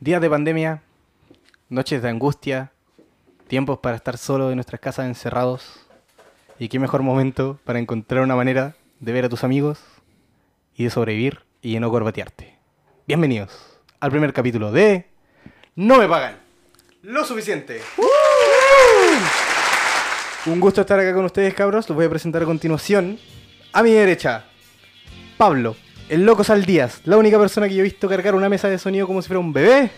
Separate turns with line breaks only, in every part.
Días de pandemia, noches de angustia, tiempos para estar solo en nuestras casas encerrados. Y qué mejor momento para encontrar una manera de ver a tus amigos y de sobrevivir y de no corbatearte. Bienvenidos al primer capítulo de No me pagan lo suficiente. Un gusto estar acá con ustedes, cabros. Los voy a presentar a continuación. A mi derecha, Pablo, el loco Saldías, la única persona que yo he visto cargar una mesa de sonido como si fuera un bebé.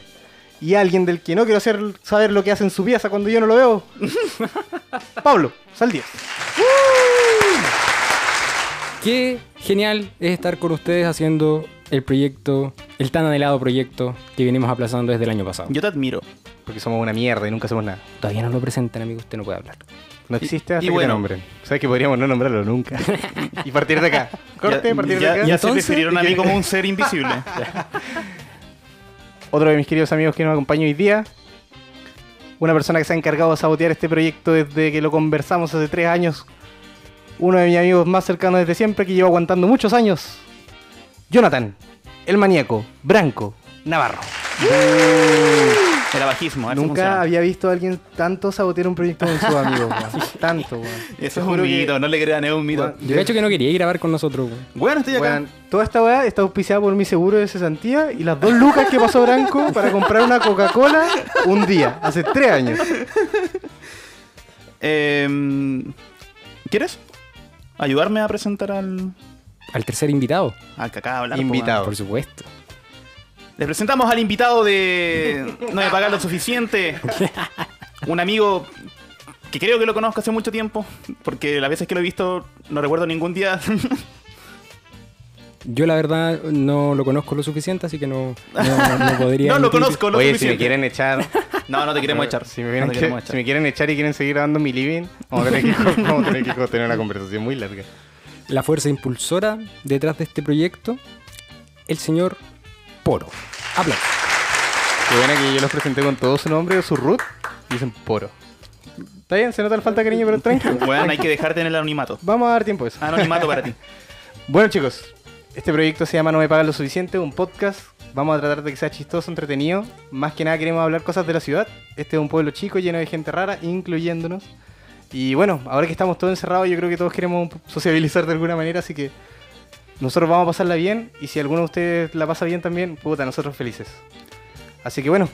Y alguien del que no quiero hacer, saber lo que hace en su pieza cuando yo no lo veo. Pablo, Saldías.
¡Uh!
Qué genial es estar con ustedes haciendo el proyecto, el tan anhelado proyecto que venimos aplazando desde el año pasado.
Yo te admiro.
Porque somos una mierda y nunca somos nada.
Todavía no lo presentan, amigo, usted no puede hablar.
No existe
y
hasta que te
bueno.
nombren. Sabes que podríamos no nombrarlo nunca. y partir de acá. Corte,
Ya-
partir de
ya,
acá.
ya se
Entonces-
refirieron a mí como un ser invisible.
otro de mis queridos amigos que nos acompaña hoy día. Una persona que se ha encargado de sabotear este proyecto desde que lo conversamos hace tres años. Uno de mis amigos más cercanos desde siempre que lleva aguantando muchos años. Jonathan, el maníaco, Branco, Navarro.
El abajismo. a ver si
Nunca
funciona.
había visto a alguien tanto sabotear un proyecto con sus amigos. weón. tanto, weón.
Eso
Te
es un
juro que-
mito, no le crean, es un mito.
Bueno,
Yo cacho que no quería grabar con nosotros, güey.
Bueno, estoy acá.
Weón, toda esta weá está auspiciada por mi seguro de cesantía y las dos lucas que pasó Branco para comprar una Coca-Cola un día, hace tres años.
Em, ¿Quieres ayudarme a presentar al,
Al tercer invitado,
al que acaba de hablar? po,
Invitado.
por supuesto.
weón? Les presentamos al invitado de No me pagan lo suficiente. Un amigo que creo que lo conozco hace mucho tiempo, porque las veces que lo he visto no recuerdo ningún día.
Yo la verdad no lo conozco lo suficiente, así que no, no, no podría...
no lo
emitir-
conozco lo
Oye, si me
suficiente.
quieren echar.
No, no te queremos echar.
Si me,
no
vienen
te
que-
queremos echar.
si me quieren echar y quieren seguir grabando mi living, vamos a tener que, vamos a tener que tener una conversación muy larga.
La fuerza impulsora detrás de este proyecto, el señor Poro. Habla.
Que bueno que yo los presenté con todo su nombre, su root, y dicen poro. Está bien, se nota la falta de cariño, pero tranquilo.
Bueno, hay que dejarte en el anonimato.
Vamos a dar tiempo a eso.
Anonimato para ti.
Bueno, chicos, este proyecto se llama No me pagan lo suficiente, un podcast. Vamos a tratar de que sea chistoso, entretenido. Más que nada queremos hablar cosas de la ciudad. Este es un pueblo chico, lleno de gente rara, incluyéndonos. Y bueno, ahora que estamos todos encerrados, yo creo que todos queremos sociabilizar de alguna manera, así que nosotros vamos a pasarla bien. Y si alguno de ustedes la pasa bien también, puta, nosotros felices. Así que bueno,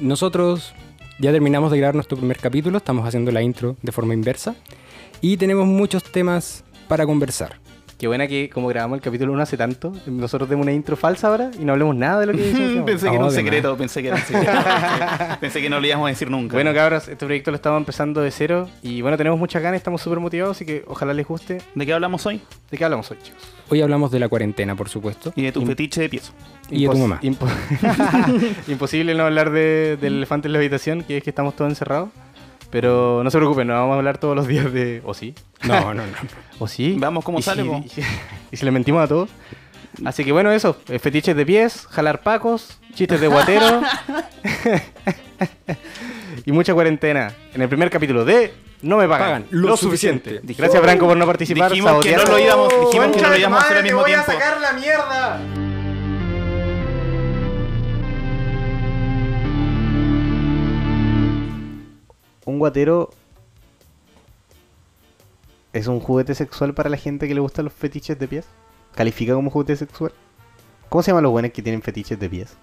Nosotros ya terminamos de grabar nuestro primer capítulo, estamos haciendo la intro de forma inversa y tenemos muchos temas para conversar.
qué buena que como grabamos el capítulo 1 hace tanto, nosotros demos una intro falsa ahora y no hablemos nada de lo que decimos.
pensé que era un
Además.
secreto, pensé que era un secreto. pensé que no le íbamos a decir nunca.
Bueno, cabros, este proyecto lo estamos empezando de cero y bueno, tenemos muchas ganas, estamos súper motivados, así que ojalá les guste.
¿de qué hablamos hoy?
¿De qué hablamos hoy, chicos?
Hoy hablamos de la cuarentena, por supuesto.
Y de Eh, tu fetiche de pies.
Y de tu
Impos-
mamá.
impo- Imposible no hablar de- del elefante en la habitación, que es que estamos todos encerrados. Pero no se preocupen, no vamos a hablar todos los días de... ¿O sí?
No, no, no.
¿O sí?
Veamos cómo
¿Y
sale,
si-
po?
y si- y si le mentimos a todos. Así que bueno, eso. eh, Fetiches de pies, jalar pacos, chistes de guatero. y mucha cuarentena. En el primer capítulo de No me pagan,
Pagan lo suficiente.
Gracias, Branco, por no participar.
Dijimos que no lo
sabotearon.
íbamos, dijimos que no
Concha
lo
de
íbamos a hacer
madre,
al mismo
voy a
tiempo.
sacar la mierda!
un guatero es un juguete sexual para la gente que le gustan los fetiches de pies. ¿Califica como juguete sexual? ¿Cómo se llaman los buenos que tienen fetiches de pies?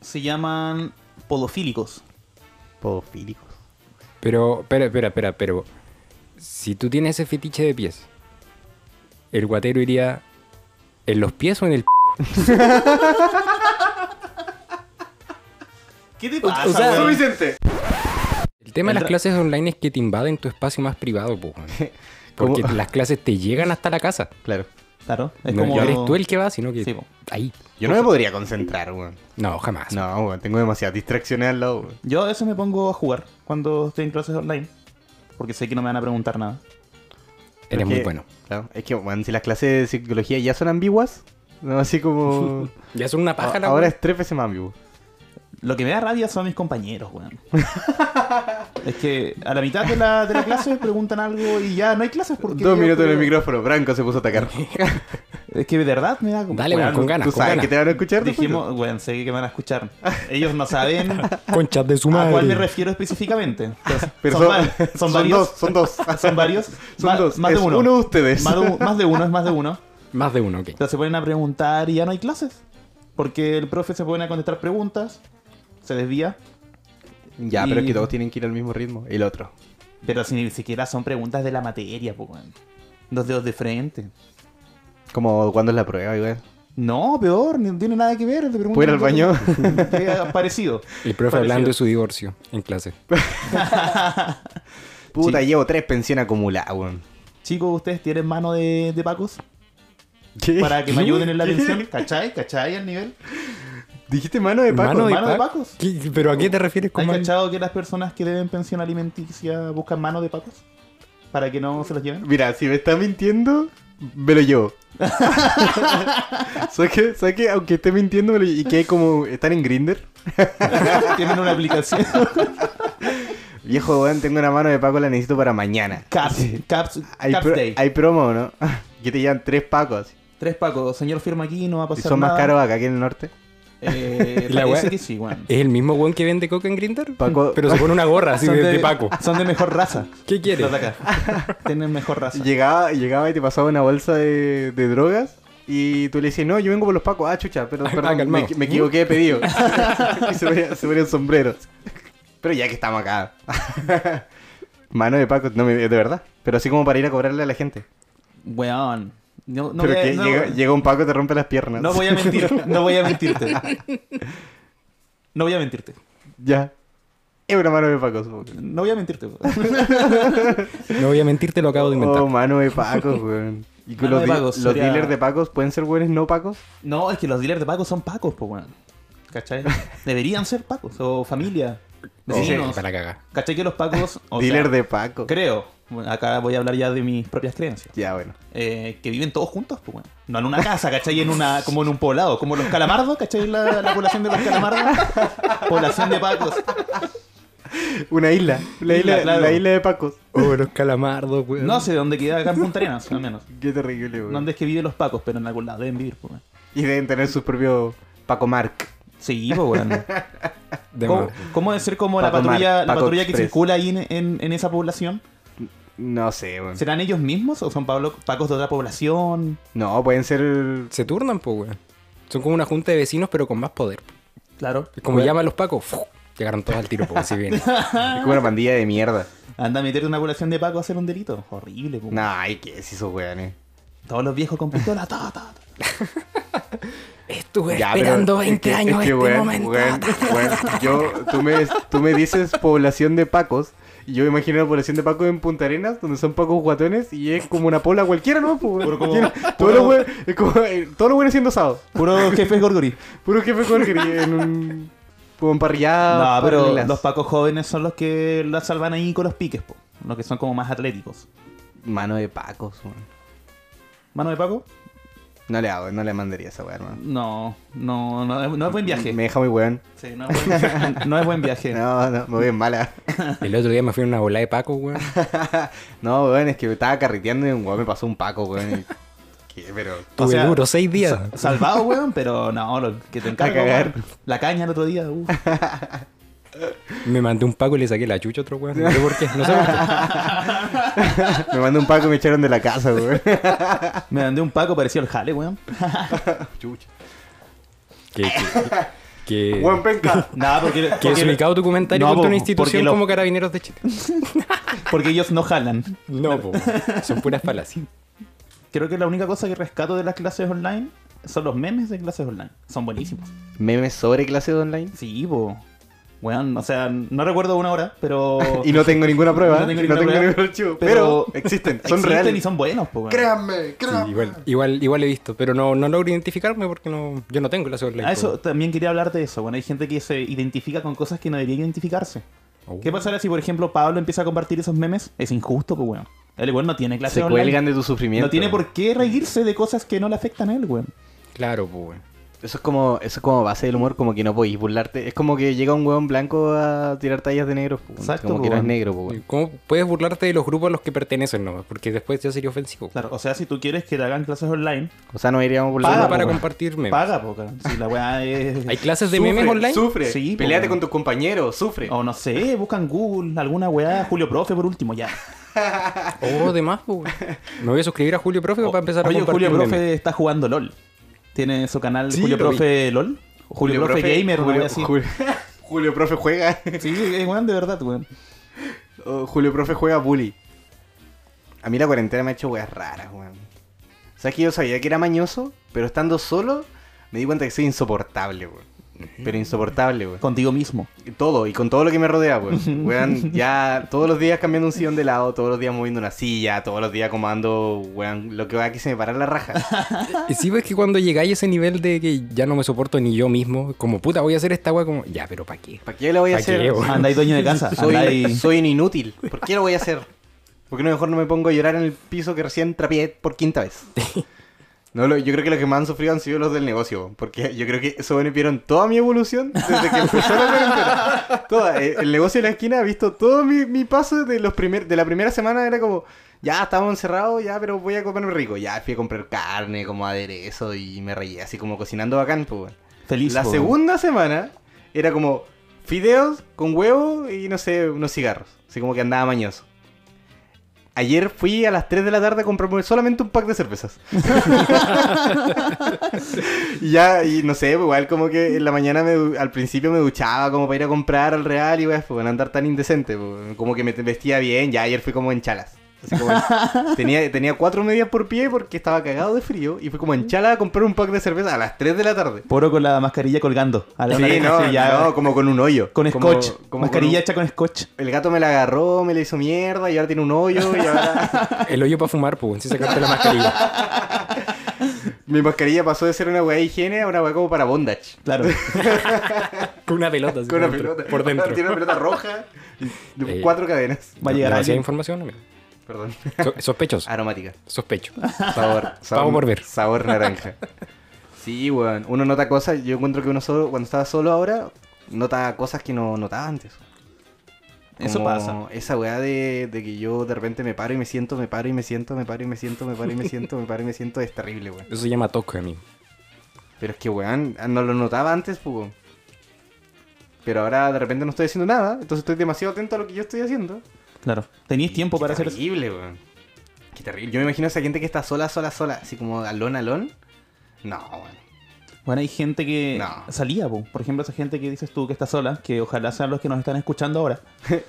Se llaman podofílicos.
Podofílicos.
Pero, espera, espera, espera, pero si tú tienes ese fetiche de pies, ¿el guatero iría en los pies o en el... p-?
¿Qué te
pasa, o sea, weón?
Suficiente.
El tema de las
Entra-
clases online es que te invaden tu espacio más privado, po, weón. Porque
¿Cómo?
las clases te llegan hasta la casa.
Claro.
Claro, es
No
como...
ya eres tú el que va, sino que
Sí, po.
ahí.
Yo no me podría concentrar, weón.
No, jamás.
No, weón, tengo demasiadas distracciones al lado, weón.
Yo a veces me pongo a jugar cuando estoy en clases online. Porque sé que no me van a preguntar nada.
Eres muy
que-
bueno.
Claro. Es que, weón, si las clases de psicología ya son ambiguas, no, así como.
Ya son una paja
A-
la
ahora
weá.
es tres veces más ambiguo.
Lo que me da rabia son mis compañeros, weón. es que a la mitad de la, de la clase preguntan algo y ya no hay clases porque.
Dos minutos en el
pero-
micrófono, Branco se puso a atacar.
Es que de verdad me da como.
Dale, weón, con ganas,
¿Tú
con
sabes
ganas.
que te van a escuchar? pues, después?
Dijimos, weón, sé que me van a escuchar. Ellos no saben a
Conchas de su
Ah,
cuál me
madre.
refiero específicamente. Entonces,
Pero
son,
son,
va- son
son
varios.
dos, son dos.
Son varios.
Son
Ma-
dos.
Más de
Es
uno.
uno de ustedes.
Más de, un- más de uno, es más de uno.
Más de uno, ok.
Entonces se ponen a preguntar y ya no hay clases. Porque el profe se pone a contestar preguntas, se desvía,
Ya, pero es
Y-
que todos tienen que ir al mismo ritmo. El otro.
pero si ni siquiera son preguntas de la materia, po, weón. Dos dedos de frente.
Como cuando es la prueba, igual.
No, peor, no tiene nada que ver. Te preguntan
¿Puedo ir al baño?
Eh, Parecido.
El profe hablando de su divorcio en clase.
Puta,
Sí.
llevo tres pensiones acumuladas, weón.
Chicos, ¿ustedes tienen mano de, de pacos?
¿Qué?
Para que me ayuden en la
¿Qué?
atención. ¿Cachai? ¿Cachai al nivel?
¿Dijiste mano de Paco?
Mano de
¿Mano de
Paco?
pacos?
¿Qué- ¿Pero a qué te refieres con
¿Han
mano?
cachado que las personas que deben pensión alimenticia buscan mano de pacos? Para que no se los lleven.
Mira, si me está mintiendo, me lo llevo. ¿Sabes qué? ¿Sabes qué? Aunque esté mintiendo, me lo llevo. Y que como. ¿Están en Grinder?
Tienen una aplicación.
Viejo, weón, tengo una mano de Paco, la necesito para mañana.
Caps, caps,
Hay,
caps
pro-
Day.
hay promo, ¿no? que te llevan tres Pacos.
Tres pacos. Señor, firma aquí, no va a
Y
pasar
son más
nada.
caros acá que en el norte.
Eh,
Y la
parece
wea-
que sí, weón.
¿Es el mismo weón que vende coca en Grindr?
Paco-
Pero se pone una gorra así de, de Paco.
Son de mejor raza.
¿Qué quieres?
Los de acá. Tienen mejor raza.
Llegaba, llegaba y te pasaba una bolsa de, de drogas. Y tú le decías, no, yo vengo por los Pacos. Ah, chucha, pero
Ah,
perdón, me,
calmado.
me equivoqué de pedido. y se ponía- se ponían sombreros. Pero ya que estamos acá. mano de Paco, no, me- de verdad. Pero así como para ir a cobrarle a la gente.
Weón. No, no
pero
voy a-
que
no-
llega, llega un Paco y te rompe las piernas.
no voy a mentir. No voy a mentirte. No voy a mentirte.
Ya. Es una mano de Paco, supongo.
No voy a mentirte. weón.
No voy a mentir, te lo acabo de inventar.
Oh, mano de Pacos, weón. Y que
Mano
los,
de
di-
Pacos,
los
sería-
dealers de Pacos pueden ser buenos no Pacos.
No, es que los dealers de pacos son pacos, pues, weón. ¿Cachai? Deberían ser pacos. O familia. Vecinos.
para la caga.
¿Cachai que los pacos. o
Oh, Dealer
sea,
de Paco.
Creo. bueno, Acá voy a hablar ya de mis propias creencias.
Ya, bueno.
eh, que viven todos juntos, pues, weón. No en una casa, ¿cachai? En una, como en un poblado, como los calamardos, ¿cachai? La, la población de los calamardos. Población de pacos.
Una isla. La
Isla,
isla,
claro.
la isla de Pacos.
Oh, los calamardos, weón.
No sé de dónde queda acá en Punta Arenas, al menos.
Qué terrible, weón.
¿Dónde es que viven los pacos? Pero en algún lado deben vivir, pues, weón.
Y deben tener su propio Paco Mark.
Sí, pues, weón.
De
¿Cómo,
más.
cómo debe ser como la
Paco Mar-
patrulla, la
Paco
patrulla que
Express.
circula ahí en, en- en esa población?
No sé, weón.
¿Serán ellos mismos o son Pablo, pacos de otra población?
No, pueden ser.
Se turnan, po, weón. Son como una junta de vecinos, pero con más poder.
Claro.
Como llama a los pacos, ¡fu! llegaron todos al tiro, po, si bien.
Es
Ah.
como una pandilla de mierda.
Anda a meterte en una población de pacos a hacer un delito. Horrible, pues, weón.
No, ay, ¿qué es eso, weón? eh?
Todos los viejos con pistola, ta, ta, ta.
Estuve
Ya, pero
esperando
es
20
que-
Pues, años
es
este
que, weón,
momento.
weón, weón, yo, tú, me, tú me dices población de Pacos. Y yo me imagino la población de Pacos en Punta Arenas, donde son Pacos guatones. Y es como una pola cualquiera, ¿no? Pues,
Puro como-
Tiene-
puro-
todos los weón- es como, eh, todos los buenos siendo asados.
Puro jefe gorgori.
Puro jefe con en un. Como emparrillado.
No, pero
parrilas.
los pacos jóvenes son los que la salvan ahí con los piques, po. Los que son como más atléticos.
Mano de Pacos, weón.
¿Mano de Paco?
No le hago, no le mandaría esa weá, hermano.
No, no, no, es- no es buen viaje.
Me deja muy weón.
Sí, no, es buen, no es buen viaje.
No, no, me voy en mala.
El otro día me fui a una bola de Paco, weón.
No, weón, es que estaba carreteando y un weón me pasó un paco, weón. y- ¿Qué? Pero.
O
Tuve
sea,
duro seis días.
sa- salvado, weón, pero no, lo que te encarga.
cagar.
weón. La caña el otro día, uh.
Me mandé un Paco y le saqué la chucha a otro weón. No sé por qué, no sé por qué.
Me mandó un paco y me echaron de la casa, weón.
Me mandé un paco, parecía el jale, weón.
Chucha.
Que, que, que-
Weón penca.
Nada, porque,
que
porque-
es ubicado tu comentario
No,
contra
po,
una
porque
institución
lo-
como Carabineros de Chile.
porque ellos no jalan.
No, po, weón. son puras falacias.
Creo que la única cosa que rescato de las clases online son los memes de clases online. Son buenísimos.
Memes sobre clases online.
Sí, po. Weón, o sea, no recuerdo una hora, pero.
Y no tengo ninguna prueba. No tengo ningún
prueba,
archivo. Pero, existen, son
existen
reales.
y son buenos, po, weón.
Créanme,
Sí,
créanme.
igual, igual, igual he visto, pero no, no logro identificarme porque no, yo no tengo la sola.
A Ah, eso también quería hablar de eso. Bueno, hay gente que se identifica con cosas que no debería identificarse.
Uh.
¿Qué pasará si, por ejemplo, Pablo empieza a compartir esos memes? Es injusto, pues, weón. El weón no tiene clase
Se
online.
cuelgan de tu sufrimiento.
No tiene por qué reírse de cosas que no le afectan a él, weón.
Claro, pues, weón.
Eso es como eso es como base del humor, como que no podéis burlarte. Es como que llega un hueón blanco a tirar tallas de negro. po,
Exacto,
Como
po,
que eres
weón.
pues,
negro, po, weón.
¿Cómo puedes burlarte de los grupos a los que pertenecen nomás? Porque después ya sería ofensivo.
Claro, o sea, si tú quieres que te hagan clases online,
O sea, no pues, iríamos a burlar.
Solo
Paga,
para
po.
compartir memes.
paga, po, cara. Si la weá es.
¿Hay clases de memes online?
Sufre,
Sí, po,
peleate
weón. Oh,
con tus compañeros, sufre.
O no sé, buscan Google, alguna weá, Julio Profe por último, ya.
Oh, de más, po, güey. Me voy a suscribir a Julio Profe para empezar a
Oye,
compartir
Julio Profe
memes.
está jugando LOL. Tiene su canal
Sí,
Julio
lo vi.
Profe LOL. o Julio, Profe, Gamer, una
Julio,
weá así.
Julio- Julio Profe juega.
Sí, es weón de verdad, weón.
O Oh, Julio Profe juega bully. A mí la cuarentena me ha hecho weas raras, weón. O sea, es que yo sabía que era mañoso, pero estando solo me di cuenta que soy insoportable, weón. Pero insoportable, weón.
Contigo mismo.
Y Todo, y con todo lo que me rodea, weón. Weón, ya todos los días cambiando un sillón de lado, todos los días moviendo una silla, todos los días comando, weón, lo que va que se me para la raja.
Y sí, ves que cuando llegáis a ese nivel de que ya no me soporto ni yo mismo, como puta, voy a hacer esta agua como, ya, pero ¿para qué?
¿Para qué lo voy a
¿Pa' qué,
hacer?
weón?
Andáis dueño de casa.
Soy,
Andáis.
soy un inútil. ¿Por qué lo voy a hacer? ¿Por qué no mejor no me pongo a llorar en el piso que recién trapié por quinta vez? No, lo- yo creo que los que más han sufrido han sido los del negocio, porque yo creo que esos buenos vieron toda mi evolución desde que empezó la cuarentena. Toda, eh, el negocio de la esquina ha visto todo mi, mi paso de los primer, de la primera semana era como, ya estábamos encerrados, ya, pero voy a comerme rico. Ya fui a comprar carne, como aderezo y me reí así como cocinando bacán, pues. weón.
Feliz.
La
po.
segunda semana era como fideos con huevo y no sé, unos cigarros. Así como que andaba mañoso. Ayer fui a las 3 de la tarde a comprarme solamente un pack de cervezas. y ya, y no sé, pues, igual como que en la mañana me du- al principio me duchaba como para ir a comprar al real y weas, pues, andar tan indecente. pues, como que me te- vestía bien, ya ayer fui como en chalas. Así como en- tenía, tenía cuatro medias por pie porque estaba cagado de frío y fui como en chalas a comprar un pack de cerveza a las 3 de la tarde.
Poro con la mascarilla colgando. A la
Sí,
oreja,
no,
así, ya.
no, como con un hoyo.
Con
Como-
scotch.
como
mascarilla
con
hecha con scotch.
un- El gato me la agarró, me la hizo mierda y ahora tiene un hoyo y ahora...
El hoyo para fumar, pues, si sacarte la mascarilla.
Mi mascarilla pasó de ser una weá de higiene a una weá como para bondage.
Claro.
Con una pelota. así
Con una
por dentro,
pelota.
Por dentro.
Tiene una pelota roja y
Eh.
cuatro cadenas.
Va a llegar
Demasiada
alguien.
información, amigo.
Perdón.
So- sospechoso.
Aromática.
Sospecho.
Sabor. sabor
Vamos por ver.
Sabor naranja. Sí, weón. Uno nota cosas. Yo encuentro que uno solo, cuando estaba solo ahora, nota cosas que no notaba antes.
Eso
Como
pasa.
Esa weá de, de que yo de repente me paro y me siento, me paro y me siento, me paro y me siento, me paro y me siento, me paro y me siento, es terrible, weón.
Eso se llama toque, amigo.
Pero es que, weón, ah, no lo notaba antes, pues. weón. Pero ahora de repente no estoy haciendo nada, entonces estoy demasiado atento a lo que yo estoy haciendo.
Claro. Tenéis tiempo para hacer
Qué
eso.
terrible, weón. Qué terrible. Yo me imagino a esa gente que está sola, sola, sola, así como alón, alón. No, weón.
Bueno, hay gente que
No.
salía, po. por ejemplo, esa gente que dices tú que está sola, que ojalá sean los que nos están escuchando ahora.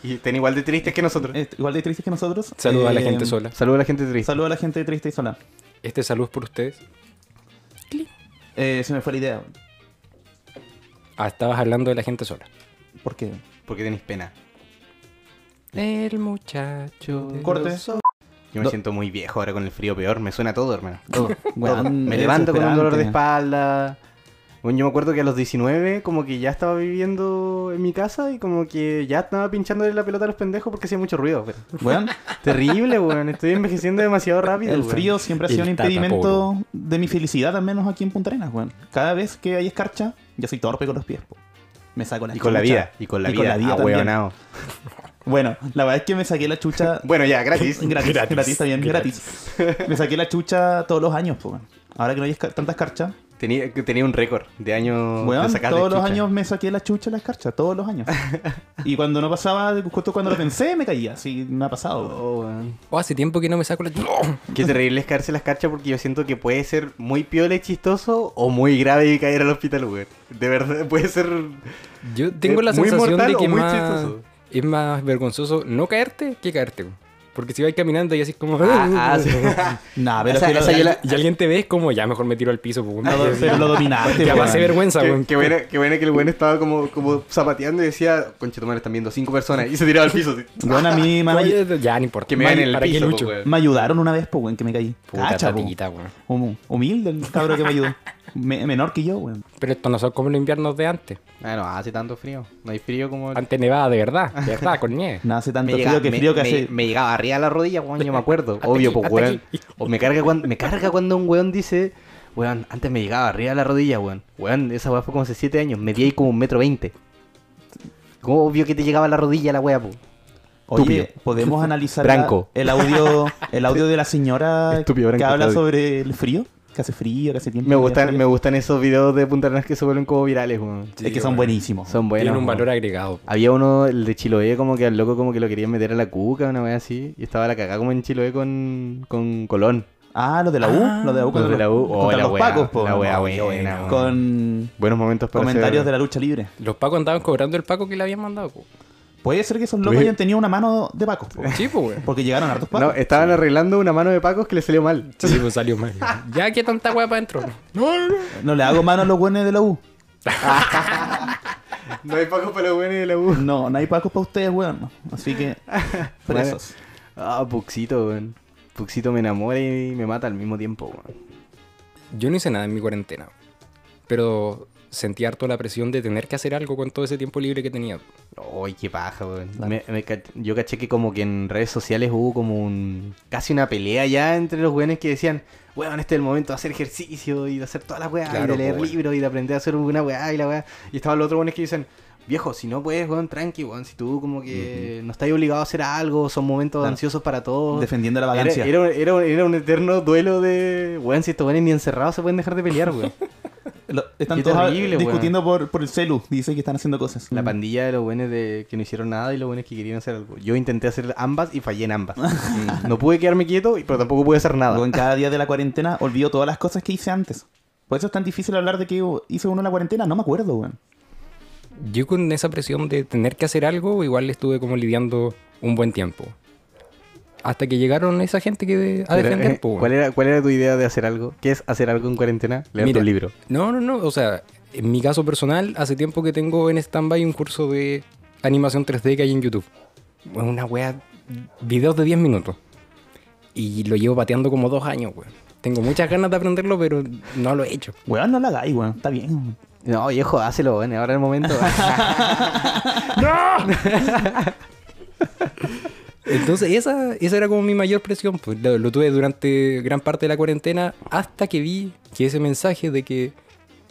y estén igual de tristes que nosotros.
Eh, igual de tristes que nosotros.
Saludos a la
Eh,
gente sola.
Saludos a la gente triste.
Saludos a la gente triste y sola.
Este saludo es por ustedes.
Eh, se me fue la idea.
Ah, estabas hablando de la gente sola.
¿Por qué?
Porque tenéis pena.
El muchacho. de
Corte.
los ojos.
Yo me
Do-
siento muy viejo ahora con el frío peor. Me suena todo, hermano.
Todo.
Todo.
Oh, Weón,
me
es
levanto con un dolor de
desesperante.
espalda. Bueno, yo me acuerdo que a los 19 como que ya estaba viviendo en mi casa y como que ya estaba pinchándole la pelota a los pendejos porque hacía mucho ruido. pero-
Weón,
Terrible, weón. Estoy envejeciendo demasiado rápido.
el
weón.
frío siempre ha sido
El
un impedimento
tataporo.
de mi felicidad, al menos aquí en Punta Arenas, weón. Cada vez que hay escarcha, yo soy torpe con los pies, po. Me saco la
Y con la
chucha.
vida. Y con la
Y
vida.
también.
ahueonao.
Bueno, la verdad es que me saqué la chucha
Bueno, ya, gratis.
Gratis, gratis, está bien, gratis. Me saqué la chucha todos los años, pues, weón. Ahora que no hay esca- tanta escarcha,
tenía, tenía un récord de años
weón,
de sacar de
todos los
chucha.
años me saqué la chucha la escarcha, todos los años. y cuando no pasaba, justo cuando lo pensé, me caía, así me ha pasado. weón.
Oh, weón.
Oh, hace tiempo que no me saco la.
Qué terrible es caerse las cachas porque yo siento que puede ser muy piola y chistoso o muy grave y caer al hospital, weón. De verdad, puede ser...
Yo tengo
Eh,
la
muy
sensación
mortal
de
o
que
muy
más-
chistoso.
es más vergonzoso no caerte que caerte. Porque si vas caminando y así como...
Ah, ah, sí.
Nah, pero
Esa-
es que lo-
esa yo la-
Y alguien te ve es como, ya mejor me tiro al piso. po.
lo- pero lo dominaste,
ya
weón.
pasé vergüenza,
Qué,
weón.
qué buena, qué buena que el buen estaba como, como zapateando y decía, conchetumare, están viendo cinco personas. Y se tiraba al piso. así.
Weón, a mí me,
Oye, ya, no importa.
Que me vean en el
¿Para qué
piso, pues. po,
lucho?
weón.
me ayudaron una vez, pues, weón, que me caí.
Puta
Cacha, po.
tatita, weón.
Hum- Humilde el cabro que me ayudó. Me- menor que yo, weón.
Pero esto no son como los inviernos de antes.
Ah, no, hace tanto frío. No hay frío como...
Antes nevaba de verdad, de verdad, con nieve.
No hace tanto
me llega-
frío que
me-
frío que
me-
hace.
me llegaba arriba de la rodilla, weón, yo me acuerdo.
Hasta
Obvio,
aquí,
pues,
hasta
weón.
aquí.
O me carga, cuando, me carga cuando un weón dice, Weón, antes me llegaba arriba de la rodilla, weón. Weón, esa weá fue como hace 7 años. Me di ahí como un metro veinte. Como obvio que te llegaba a la rodilla la weá, pues. po. Estúpido.
Oye, ¿podemos analizar la-
Branco.
el audio el audio de la señora
Estúpido,
que
branco,
habla
Claudio.
sobre el frío? Que hace frío, que hace tiempo.
Me
que
gustan,
hace-
me gustan esos videos de puntarenas que se vuelven como virales, weón.
Es que son buenísimos.
Son buenos.
Tienen un
weón.
valor agregado. pues.
Había uno, el de Chiloé, como que al loco como que lo querían meter a la cuca, una weá así. Y estaba la cagada como en Chiloé con, con Colón.
Ah, los de la U, los de la U
Los
contra
de la U.
los-
Oh,
contra
la
los
weá,
pacos, po.
la weá
No,
buena,
qué bueno.
weón.
Con
Buenos momentos para
comentarios de
hacer-
la lucha libre.
Los pacos andaban cobrando el paco que le habían mandado. pues. po.
Puede ser que esos locos
Tuve-
hayan tenido una mano de pacos, po.
Sí, pues, weón.
porque llegaron hartos
No,
pacos.
estaban arreglando una mano de pacos que le salió mal.
Sí, pues salió mal. Ya, ¿qué tanta hueá para adentro? No, no, no.
No, le hago mano a los buenos de la U.
No hay pacos para los buenos de la U.
No, no hay pacos para ustedes, weón. no. Así que, presos.
Ah, Puxito, weón. Puxito me enamora y me mata al mismo tiempo, weón.
Yo no hice nada en mi cuarentena, pero sentí harto la presión de tener que hacer algo con todo ese tiempo libre que tenía.
Ay, qué paja, weón. Me- me cach- yo caché que como que en redes sociales hubo como un... casi una pelea ya entre los weones que decían, weón, este es el momento de hacer ejercicio y de hacer todas las weas, y
Claro,
de leer
po, weón.
libros y de aprender a hacer una weá y la weá. Y estaban los otros weones que dicen, viejo, si no puedes, weón, tranqui, weón. Si tú como que no estás obligado a hacer algo, son momentos
Claro.
ansiosos para todos.
Defendiendo la
Era,
vacancia.
era, era- era un eterno duelo de, weón, si estos weones ni encerrados se pueden dejar de pelear, weón.
Lo- están
Qué
todos
terrible,
discutiendo por, por el celu. Dice que están haciendo cosas. Mm.
La pandilla de los buenos de que no hicieron nada y los buenos que querían hacer algo. Yo intenté hacer ambas y fallé en ambas. Mm, no pude quedarme quieto, y- pero tampoco pude hacer
Yo
nada.
en cada día de la cuarentena olvido todas las cosas que hice antes. Por eso es tan difícil hablar de que hizo uno en la cuarentena. No me acuerdo, weón.
Yo con esa presión de tener que hacer algo, igual estuve como lidiando un buen tiempo. Hasta que llegaron esa gente pues, que Ah, de- a
Pero,
defender.
eh,
po, weón.
¿cuál, era, ¿Cuál era tu idea de hacer algo? ¿Qué es hacer algo en cuarentena? Leer
Mira,
tu libro.
No, no, no. O sea, en mi caso personal, hace tiempo que tengo en stand-by un curso de animación 3D que hay en YouTube. Bueno, una wea. Videos de 10 minutos. Y lo llevo pateando como dos años, weón. Tengo muchas ganas de aprenderlo, pero no lo he hecho.
Weón, no la hagáis, weón. Está bien.
No, viejo, hácelo, bueno, ahora es el momento.
Entonces, esa, esa era como mi mayor presión. Pues, lo, lo tuve durante gran parte de la cuarentena hasta que vi que ese mensaje de que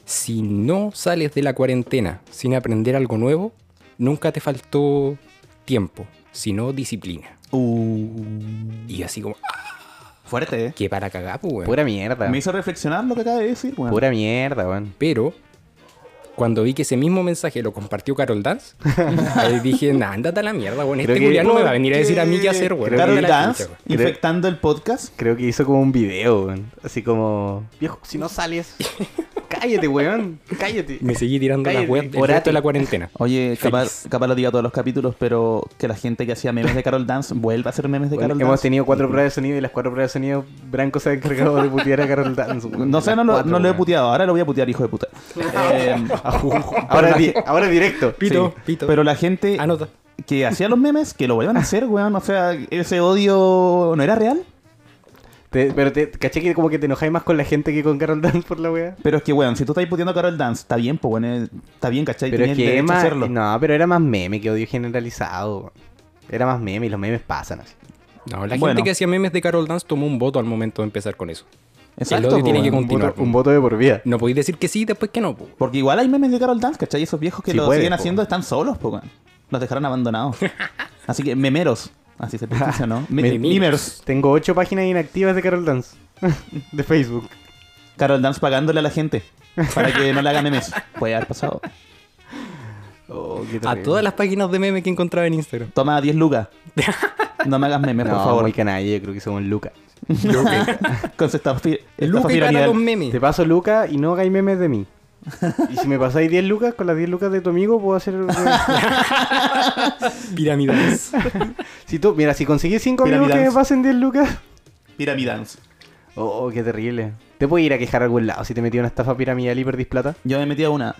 si no sales de la cuarentena sin aprender algo nuevo, nunca te faltó tiempo, sino disciplina.
Uh,
Y así como, ah,
fuerte, eh.
que para cagar, pues, weón.
Pura mierda.
Me hizo reflexionar lo que acaba de decir, weón.
Pura mierda, weón.
Pero cuando vi que ese mismo mensaje lo compartió Carol Dance, ahí dije, nah, ándate a la mierda, weón. Este
Creo que-
culiao no me va a venir a decir a mí qué hacer, weón.
Creo
Carol
que-
Ándate a la
Dance
chucha, weón.
infectando el podcast.
Creo que hizo como un video, weón. Así como, viejo, si no sales, cállate, weón. Cállate.
Me seguí tirando la
Cállate,
web el
orate.
resto de la cuarentena.
Oye,
Feliz.
capaz, capaz lo diga todos los capítulos, pero que la gente que hacía memes de Carol Dance vuelva a hacer memes de
Bueno,
Carol
hemos
Dance.
tenido cuatro pruebas de sonido y las cuatro pruebas de sonido Branco se ha encargado de putear a Carol Dance. weón.
No sé, no,
Las
lo,
cuatro,
no lo he
weón.
puteado. Ahora lo voy a putear, hijo de puta. Eh,
Ahora,
la
di-
ge-
ahora directo.
Pito,
Sí,
pito.
Pero la gente
Anota.
que hacía los memes, que lo vuelvan a hacer, weón. O sea, ese odio no era real.
Te- pero te caché que como que te enojáis más con la gente que con Carol Dance por la wea.
Pero es que, weón, si tú estás puteando a Carol Dance, está bien, pues, weón. eh, Está bien, ¿cachai?
Pero es
Tienes
que
derecho a
Emma-
hacerlo.
No, pero era más meme que odio generalizado. weón. Era más meme y los memes pasan así.
No, la
Bueno.
gente que hacía memes de Carol Dance tomó un voto al momento de empezar con eso.
Exacto,
el
pues,
odio tiene
weón.
que continuar.
voto, un voto de por vida.
No podéis decir que sí, después que no. po.
Porque igual hay memes de Carol Dance, ¿cachai? Esos viejos que
Sí
lo
puede,
siguen
po.
haciendo están solos, pues, weón. Los dejaron abandonados. Así que, memeros. Así se pronuncia, ¿no? Me-
Memeros.
Memers.
Tengo ocho páginas inactivas de Carol Dance. de Facebook.
Carol Dance pagándole a la gente para que no le haga memes. Puede haber pasado.
Oh, qué
A
terrible.
todas las páginas de memes que encontraba en Instagram.
Toma 10 lucas. No me hagas memes,
No,
por favor.
muy canalla, yo creo que somos Luca.
Con su estafa, fi- estafa
Luca y para
piramidal.
los memes.
Te paso Luca y no hagáis memes de mí. Y si me pasáis 10 lucas, con las 10 lucas de tu amigo puedo hacer...
Piramidales.
Oh,
si tú, mira, si conseguís 5 amigos que
Piramidance.
me pasen 10 lucas...
Piramidance.
Oh, qué terrible. Te puedes ir a quejar a algún lado si te metí una estafa piramidal y perdís plata.
Yo me metí a una,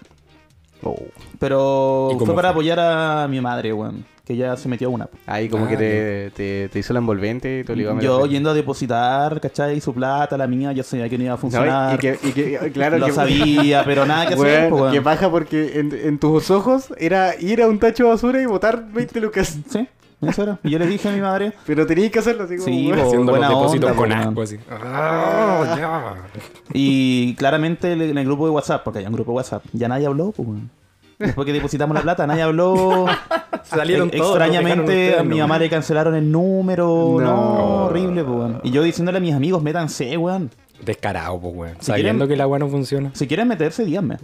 Oh.
pero
¿Y
fue
cómo
para
fue?
apoyar a mi madre, weón. Que ya se metió a una.
Ahí como
Ah,
que te, te, te hizo la envolvente y te obligó a meter
Yo
plata.
yendo a depositar, ¿cachai? Su plata, la mía, yo sabía que no iba a
No, y-
funcionar.
y que, y que- claro
Lo
que,
sabía, pero nada que hacer,
Weón,
po, weón.
que baja porque en, en tus ojos era ir a un tacho de basura y botar 20 lucas.
Sí. Eso era. Y yo le dije a mi madre.
Pero tenías que hacerlo así como...
Sí,
weón.
po,
Haciendo los
buena
depósitos
onda,
con
po,
asco
weón.
así. Ah, ya.
Y claramente en el grupo de WhatsApp, porque hay un grupo de WhatsApp, ya nadie habló, pues, weón. Después que depositamos la plata, nadie habló.
Salieron
E-
todos, nos dejaron
Extrañamente,
ustedes
a mi
nomás.
mamá le cancelaron el número. No,
No.
horrible, pues, weón. Y yo diciéndole a mis amigos, métanse, weón.
Descarado, pues, weón.
Si
Sabiendo
quieren-
que la agua no funciona.
Si quieren meterse, díganme.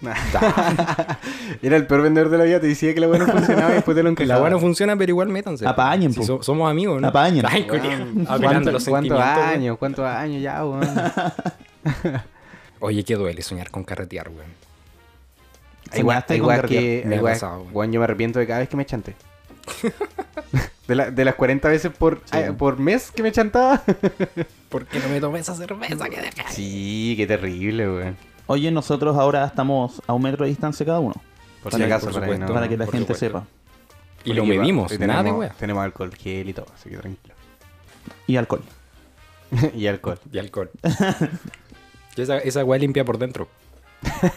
Era el peor vendedor de la vida, te decía que la weá no funcionaba y después te lo
Que
encajaba.
la agua no funciona, pero igual métanse.
Apañen,
Si
po.
so- somos amigos, ¿no?
Apañen.
Ay,
Weón,
coño. Apelando a los
¿Cuántos cuántos
sentimientos, weón.
años? ¿Cuántos años ya, weón?
Oye, qué duele soñar con carretear, weón.
Hay weas-
Soñaste
hay
con
weas
carretear.
que.
Me
hay
ha
weas-
pasado, weón.
weón, yo me arrepiento de cada vez que me chante. De, la- de las 40 veces por, ah, por mes que me chantaba.
¿Por qué no me tomé esa cerveza que dejé?
Sí, qué terrible, weón.
Oye, nosotros ahora estamos a un metro de distancia cada uno.
Por
si
sí,
acaso,
por
para que
supuesto,
no-
para que la
por
gente
supuesto.
sepa.
Y lo
Porque igual,
medimos,
y
nada de
tenemos-
weón.
Tenemos alcohol gel y todo, así que tranquilo.
Y alcohol.
y alcohol.
Y alcohol. Y esa, esa weá limpia por dentro.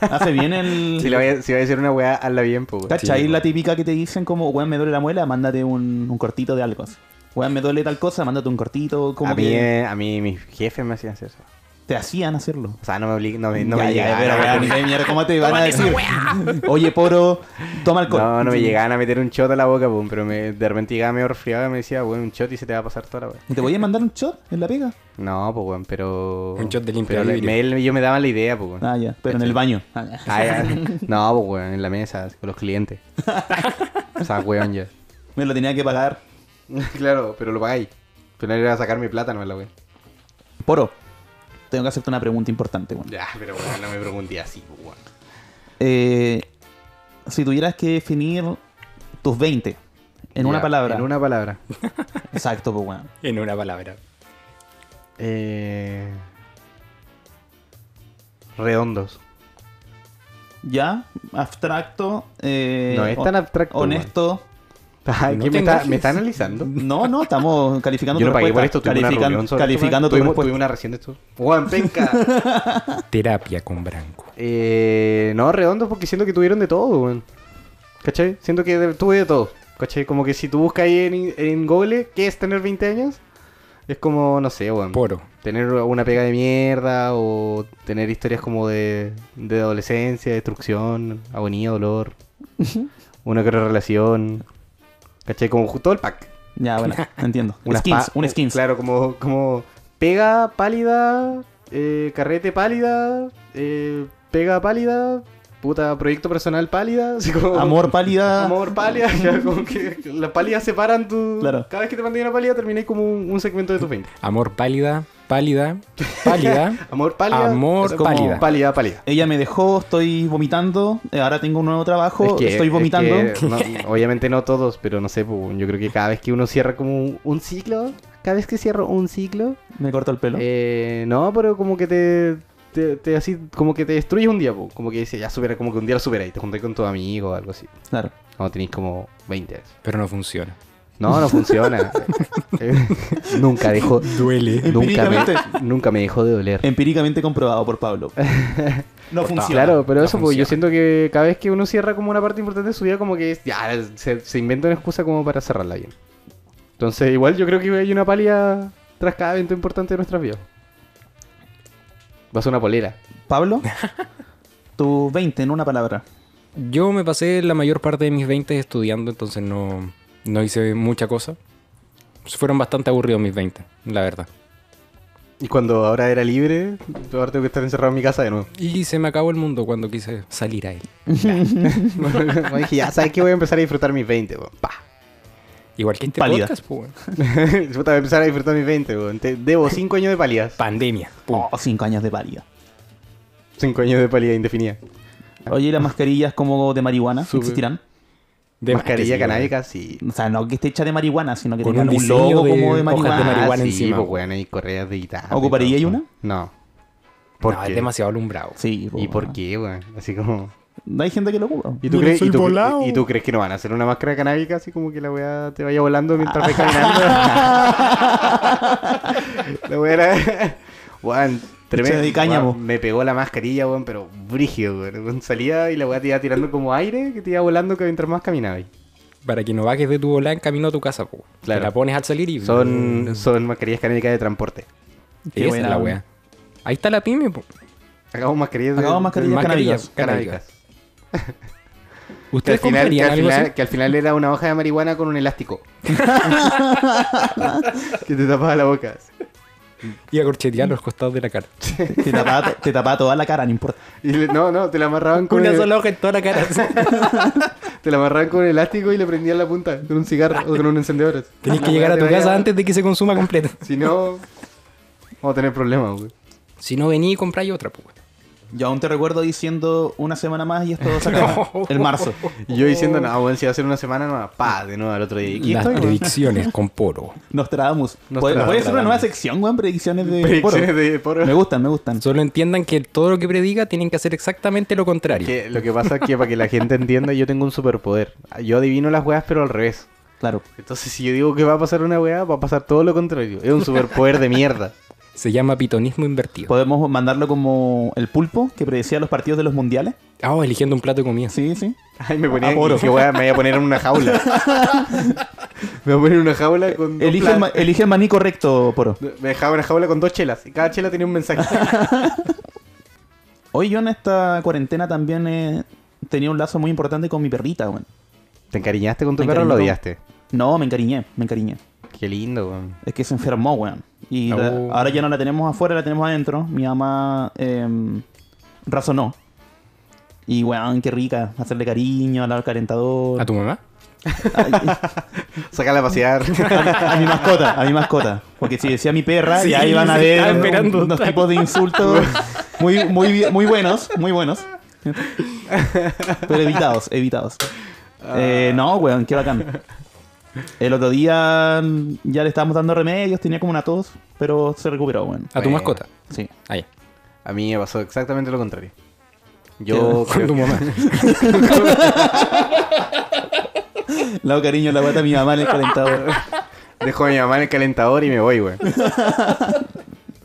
Hace bien Ah, el.
Si, la voy a, si voy a decir una weá, hazla bien, pues, weón.
¿Cachai?
Sí,
la típica que te dicen como, weón, me duele la muela, mándate un, un cortito de algo así. Weón, me duele tal cosa, mándate un cortito. Como
A mí,
que
eh, a mí mis jefes me hacían hacer eso.
te hacían hacerlo.
O sea, no me obligaban, no me, no me
Ya, ya,
llegaban
pero,
a meter-
weón, de mierda, ¿Cómo te van a decir? Oye, poro, toma alcohol.
No, no me llegaban a meter un shot a la boca, pues, pero me, de repente llegaba medio resfriado y me decía, weón, un shot y se te va a pasar toda la weá.
¿Te voy a mandar un shot en la pega?
No, pues weón, pero.
Un shot de limpio
Pero le-
vidrio.
me- él- yo me daba la idea, pues weón.
Ah, ya, pero en el baño. Ah, ya.
Ah, ya. No, pues weón, en la mesa, así, con los clientes. o sea, weón ya.
Me lo tenía que pagar.
claro, pero lo pagáis. Pero no iba a sacar mi plata, no es la weón.
Poro, tengo que hacerte una pregunta importante, weón.
Ya, pero weón, no me pregunté así, pues weón.
Eh, si tuvieras que definir tus 20 en una
Ya,
palabra.
En una palabra.
Exacto, pues, weón.
En una palabra.
Eh... Redondos.
Ya, abstracto. eh,
No, es tan
ho-
abstracto,
Honesto.
Ay,
No
¿qué me,
tengo
está,
que-
¿Me está analizando?
No, no, estamos calificando
Yo
tu
no pagué por
respuesta,
esto, tuve una
califican-
reunión sobre
Calificando
esto,
tu
weón. Tuvimos-
respuesta.
Tuve una recién de esto. Juan, penca.
Terapia con branco.
Eh, no, redondos porque siento que tuvieron de todo, weón. ¿Cachai? Siento que de- tuve de todo. ¿Cachai? Como que si tú buscas ahí en, en Google, ¿qué es tener 20 años? Es como, no sé, weón.
Poro.
Tener una pega de mierda o tener historias como de, de adolescencia, destrucción, agonía, dolor. una que otra relación. ¿Cachai? Como ju- todo el pack.
Ya, bueno, entiendo. Un
Unas
skins,
pues, pa-
un skins.
Claro, como, como pega pálida, eh, carrete pálida, eh, pega pálida, puta, proyecto personal pálida. así como-
Amor pálida.
Amor pálida, ya, como que las pálidas separan tu...
Claro.
Cada vez que te mandé una pálida terminé como un, un segmento de tu 20.
Amor pálida, pálida, pálida.
Amor pálida.
Amor
es como
pálida.
Pálida, pálida.
Ella me dejó, estoy vomitando. eh, Ahora tengo un nuevo trabajo,
Es que-
estoy
es
vomitando.
que no- obviamente no todos, pero no sé, pues, yo creo que cada vez que uno cierra como un- un ciclo, cada vez que cierro un ciclo,
Me corto el pelo.
Eh, no, pero como que te, te, te así, como que te destruyes un día, po. como que dices, ya supera, como que un día lo supera y te juntáis con tu amigo o algo así.
claro.
No, tenéis como 20 veces.
Pero no funciona.
No, no funciona. Eh, nunca dejó,
Duele.
nunca me,
Empíricamente.
nunca me dejó de doler.
Empíricamente comprobado por Pablo. No funciona.
Claro, pero
no
eso, pues yo
funciona.
siento que cada vez que uno cierra como una parte importante de su vida, como que es- ya, se, se inventa una excusa como para cerrarla bien. Entonces, igual yo creo que hay una palia tras cada evento importante de nuestras vidas. Va a ser una polera.
Pablo, tus 20 en una palabra.
Yo me pasé la mayor parte de mis 20 estudiando, entonces no, no hice mucha cosa. Fueron bastante aburridos mis 20, la verdad.
Y cuando ahora era libre, yo ahora tengo que estar encerrado en mi casa de nuevo.
Y se me acabó el mundo cuando quise salir a él.
Me dije, ya, ¿sabes qué? Voy a empezar a disfrutar mis 20, weón. Pa.
Igual que este
Pálida.
podcast, pues, weón.
Puta, Voy a empezar a disfrutar mis 20, weón. Te debo 5 años de palidas.
Pandemia. Pum.
Oh, cinco años de pálida.
5 años de palidas indefinida.
Oye, ¿y las mascarillas como de marihuana
Sube.
existirán?
De más que
Mascarilla
sí,
canábica, sí.
O sea, no que esté hecha de marihuana, sino que
Con
tengan
un
un,
diseño
logo
de
como de
hojas de
marihuana.
Ah,
marihuana
sí,
encima,
pues,
weón.
weón, hay correas de guitarra.
¿Ocuparía
y todo,
y una?
weón. No.
weón.
¿Por
No,
qué?
es demasiado alumbrado.
Sí, po,
¿Y por
weón.
qué, weón? Así como...
Hay gente que lo ocupa.
¿Y tú, crees, y, tú, y tú crees que no van a hacer una máscara canábica así como que la weá te vaya volando mientras vas caminando? la weá era... Weón, tremendo.
Chela de cáñamo.
Weón, Me pegó la mascarilla, weón, pero brígido, weón. Weón, Salía y la weá te iba tirando como aire que te iba volando que mientras más caminabas.
para que no bajes de tu volá en camino a tu casa, po.
Claro.
Te la pones al salir y. Mm.
Son, son mascarillas canéticas de transporte.
Qué
Esa es
buena
la
onda.
wea. Ahí está la pyme, po.
Hagamos mascarillas de-
Hagamos mascarillas
mascarillas
canábicas.
canábicas. Que al,
¿Ustedes
final, que,
comprarían
al
algo
final,
así?
que al final era una hoja de marihuana con un elástico. que te tapaba la boca.
Y a corchetear los costados de la cara.
Te tapaba, te tapaba toda la cara, no importa.
Y le- no, no, te la amarraban con
Una
el-
sola hoja en toda la cara.
Te la amarraban con el elástico y le prendían la punta con un cigarro o con un encendedor.
Tenés que
La
llegar a
weá
tu
te
casa
vaya-
antes de que se consuma completa.
Si no, vamos a tener problemas, güey.
Si no vení, compráis otra, po.
Yo aún te recuerdo diciendo una semana más y esto se acaba. el marzo.
Y yo diciendo, no, bueno, si va a ser una semana, no, pa, de nuevo al otro día. ¿Y aquí
Las
estoy, güey?
predicciones con poro.
Nostradamus.
Nostradamus.
Voy voy a hacer una nueva sección, weón, predicciones de.
Predicciones
poro.
de poro.
Me gustan, me gustan.
Solo entiendan que todo lo que prediga tienen que hacer exactamente lo contrario.
Que lo que pasa es que para que la gente entienda, yo tengo un superpoder. Yo adivino las weas, pero al revés.
Claro.
Entonces, si yo digo que va a pasar una wea, va a pasar todo lo contrario. Es un superpoder de mierda.
Se llama pitonismo invertido.
Podemos mandarlo como el pulpo que predecía los partidos de los mundiales.
Ah, oh, eligiendo un plato de comida.
Sí, sí.
Ay, me ponía.
A poro.
y que wea, me voy a poner en una jaula. me voy a poner en una jaula con. dos
Elige el, ma-
pla-
elige el maní correcto, Poro.
Me dejaba una jaula con dos chelas. Y cada chela tenía un mensaje.
Hoy yo en esta cuarentena también eh, tenía un lazo muy importante con mi perrita, weón.
¿Te encariñaste con tu
Me
perro o lo
encariñé.
odiaste?
No, me encariñé, me encariñé.
Qué lindo, weón.
Es que se enfermó, weón. Y la-
Oh.
ahora ya no la tenemos afuera, la tenemos adentro. Mi mamá eh, razonó. Y weón, qué rica. Hacerle cariño, hablar al calentador.
¿A tu mamá?
Ay,
Sácala a pasear.
a mi mascota, a mi mascota. Porque si decía mi perra,
Sí,
y ahí van a
sí, estaba
ver
esperando.
unos tipos de insultos muy, muy, bien- muy buenos, muy buenos. Pero evitados, evitados.
Ah.
Eh, no, weón, qué bacán. El otro día mm, ya le estábamos dando remedios, tenía como una tos, pero se recuperó, weón.
¿A tu
Bueno.
mascota?
Sí.
Ahí.
a mí me pasó exactamente lo contrario. Yo
Con
creo
tu
que-
mamá.
Le hago cariño a la guata a mi mamá en el calentador.
dejo a mi mamá en el calentador y me voy, güey.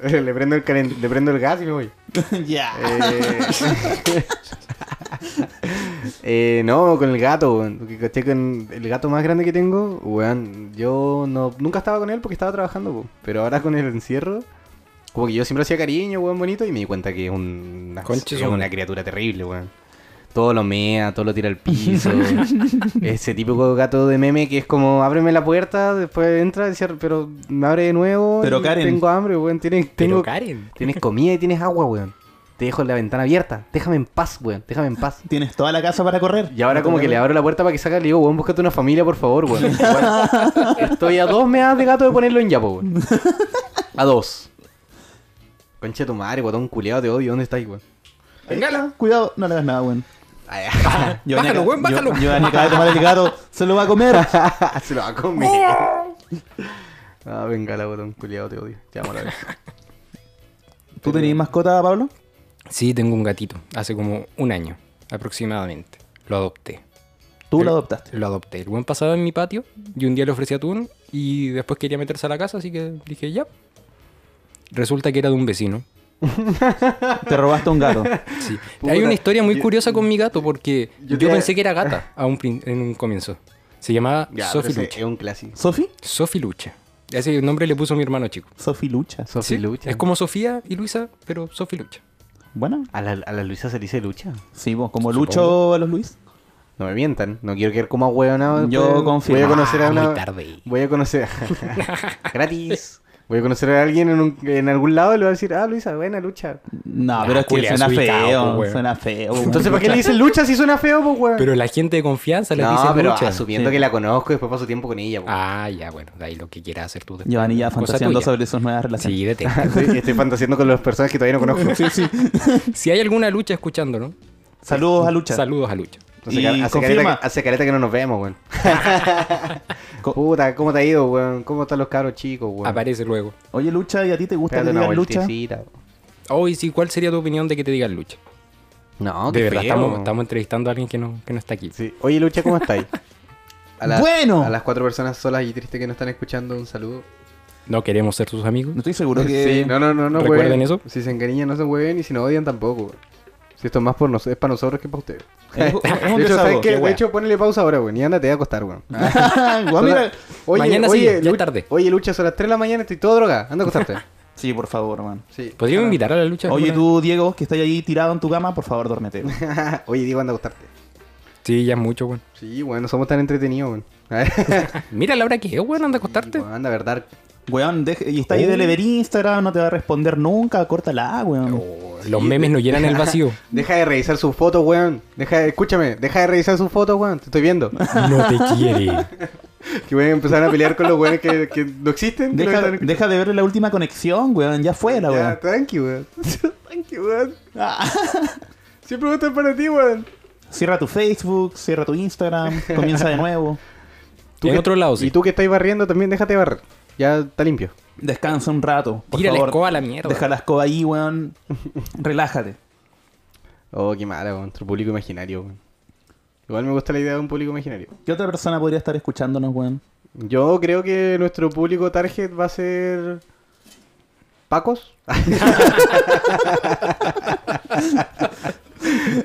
Le prendo, el calen- le prendo el gas y me voy.
Ya.
Eh, eh, no, con el gato, weón. Porque caché con el gato más grande que tengo, weón. Yo no, nunca estaba con él porque estaba trabajando, po. pero ahora con el encierro, como que yo siempre hacía cariño, weón, bonito, y me di cuenta que es un- una,
Conche
es
su madre.
una criatura terrible, weón. Todo lo mea, todo lo tira al piso. Ese típico gato de meme que es como, ábreme la puerta, después entra, y cierra, pero me abre de nuevo.
Pero
y
Karen.
Tengo hambre, weón. Tiene-
Pero
tengo,
Karen.
Tienes comida y tienes agua, weón. Te dejo la ventana abierta. Déjame en paz, weón. Déjame en paz.
Tienes toda la casa para correr.
Y ahora como que le abro la puerta para que salga y le digo, weón, búscate una familia, por favor, weón. Weón, Estoy a dos meadas de gato de ponerlo en yapo, weón. A dos. Concha de tu madre, guatón culiado, te odio. ¿Dónde estáis, weón?
Venga, cuidado, no le hagas nada, weón.
Ay,
Yo
Bájalo,
venía-
weón, bájalo.
Yo, yo venía acá de tomar el gato, se lo va a comer.
Se lo va a comer. Ah, venga, la guatón culiado, te odio. Te amo a la vez.
¿Tú tenías mascota, Pablo?
Sí, tengo un gatito. Hace como un año aproximadamente. Lo adopté.
Tú
El-
la adoptaste.
Lo adopté. El buen pasaba en mi patio y un día le ofrecí atún y después quería meterse a la casa, así que dije ya. Resulta que era de un vecino.
Te robaste un gato.
Sí.
Puta,
Hay una historia muy
yo-
curiosa con mi gato porque
yo
yo,
te-
pensé que era gata a un prin- en un comienzo. Se llamaba
Ya, pero
Sofi
ese
Lucha.
es un clásico.
¿Sofi?
Sofi Lucha. Ese nombre le puso mi hermano chico.
Sofi Lucha.
Sofi
Sí,
Lucha.
Es como Sofía y Luisa, pero Sofi Lucha.
Bueno,
¿A la, ¿A la Luisa se le dice Lucha?
sí, vos, como
Supongo.
Lucho a los Luis.
No me mientan, no quiero quedar como ahueonado.
Yo
después.
confirmo.
Voy a conocer a
Ah,
una...
muy tarde.
Voy a conocer. Gratis. Voy a conocer a alguien en, un- en algún lado y le voy a decir, ah, Luisa, buena lucha.
No,
Nah,
pero es que
culiao,
suena
desubicado,
feo,
po, weón.
suena feo. weón.
Entonces, ¿para qué le dicen lucha si suena feo, pues, weón?
Pero la gente de confianza le
no,
dice
pero
Lucha.
asumiendo
sí.
que la conozco y después paso tiempo con ella, pues.
Ah, ya, bueno, de ahí lo que quieras hacer tú. después.
Giovanni ya
Cosa
fantaseando
tuya.
sobre sus nuevas relaciones.
Sí, detente.
Ah, Estoy, estoy fantaseando con las personas que todavía no conozco.
Sí, sí.
si hay alguna lucha escuchando, ¿no?
Saludos a Lucha.
Saludos a Lucha.
Hace,
Y
car- hace
confirma.
careta, que- hace careta que no nos vemos, weón. Puta, ¿cómo te ha ido, weón? ¿Cómo están los caros chicos, weón?
Aparece luego.
Oye, Lucha, ¿y a ti te gusta que
Pégate una
digan Lucha?
vueltecita, weón.
Oh, y sí, ¿cuál sería tu opinión de que te digan Lucha?
Oh,
No,
de
qué
verdad,
feo.
estamos, estamos entrevistando a alguien que no, que no está aquí.
Sí. Oye, Lucha, ¿cómo estáis? A
Bueno.
A las cuatro personas solas y tristes que nos están escuchando, un saludo.
No queremos ser sus amigos.
No estoy seguro que...
Sí, no, no, no, no.
¿Recuerden
hueven.
eso?
Si se encariñan, no se hueven y si no odian, tampoco. Si esto es más por nos- es para nosotros que para ustedes.
Es un- es un
de hecho, ¿sabes
desahogo,
qué?
qué
de
wea.
hecho, ponele pausa ahora, weón. Y ándate a acostar, weón.
Guau, mira.
Oye,
Mañana sí,
oye,
ya es
Lu-
tarde.
Oye, Lucha, son las 3 de la mañana, estoy todo drogada. Anda a acostarte.
Sí, por favor, man.
sí.
¿Podríamos invitar a la lucha?
Oye,
alguna?
tú, Diego, que estás ahí tirado en tu cama, por favor, duérmete.
oye, Diego, anda a acostarte.
Sí, ya es mucho, weón.
Sí, weón, no somos tan entretenidos, weón.
Mira la hora que es, weón, anda a
Sí,
acostarte.
weón, anda a ver Dark.
Weón, deja- y está ahí de lever Instagram, no te va a responder nunca, córtala, weón.
Oh,
Oh, Los memes no llenan el vacío.
Deja de revisar sus fotos, weón. Deja de- escúchame, deja de revisar sus fotos, weón. Te estoy viendo.
No te quiere.
que weón empezaron a pelear con los weones que, que no existen. que
Deja,
no están-
deja de ver la última conexión, weón, ya fue la
Ya,
weón.
tranqui, weón. tranqui, weón. Siempre va a estar para ti, weón.
Ah. Cierra tu Facebook, cierra tu Instagram, comienza de nuevo.
En otro lado, sí.
Y tú que estás barriendo también, déjate barrer. Ya está limpio.
Descansa un rato, por
Tira la
favor.
escoba a la mierda.
Deja la escoba ahí, weón. Relájate.
Oh, qué mala, weón. Nuestro público imaginario, weón. Igual me gusta la idea de un público imaginario.
¿Qué otra persona podría estar escuchándonos, weón?
Yo creo que nuestro público target va a ser. ¿Pacos?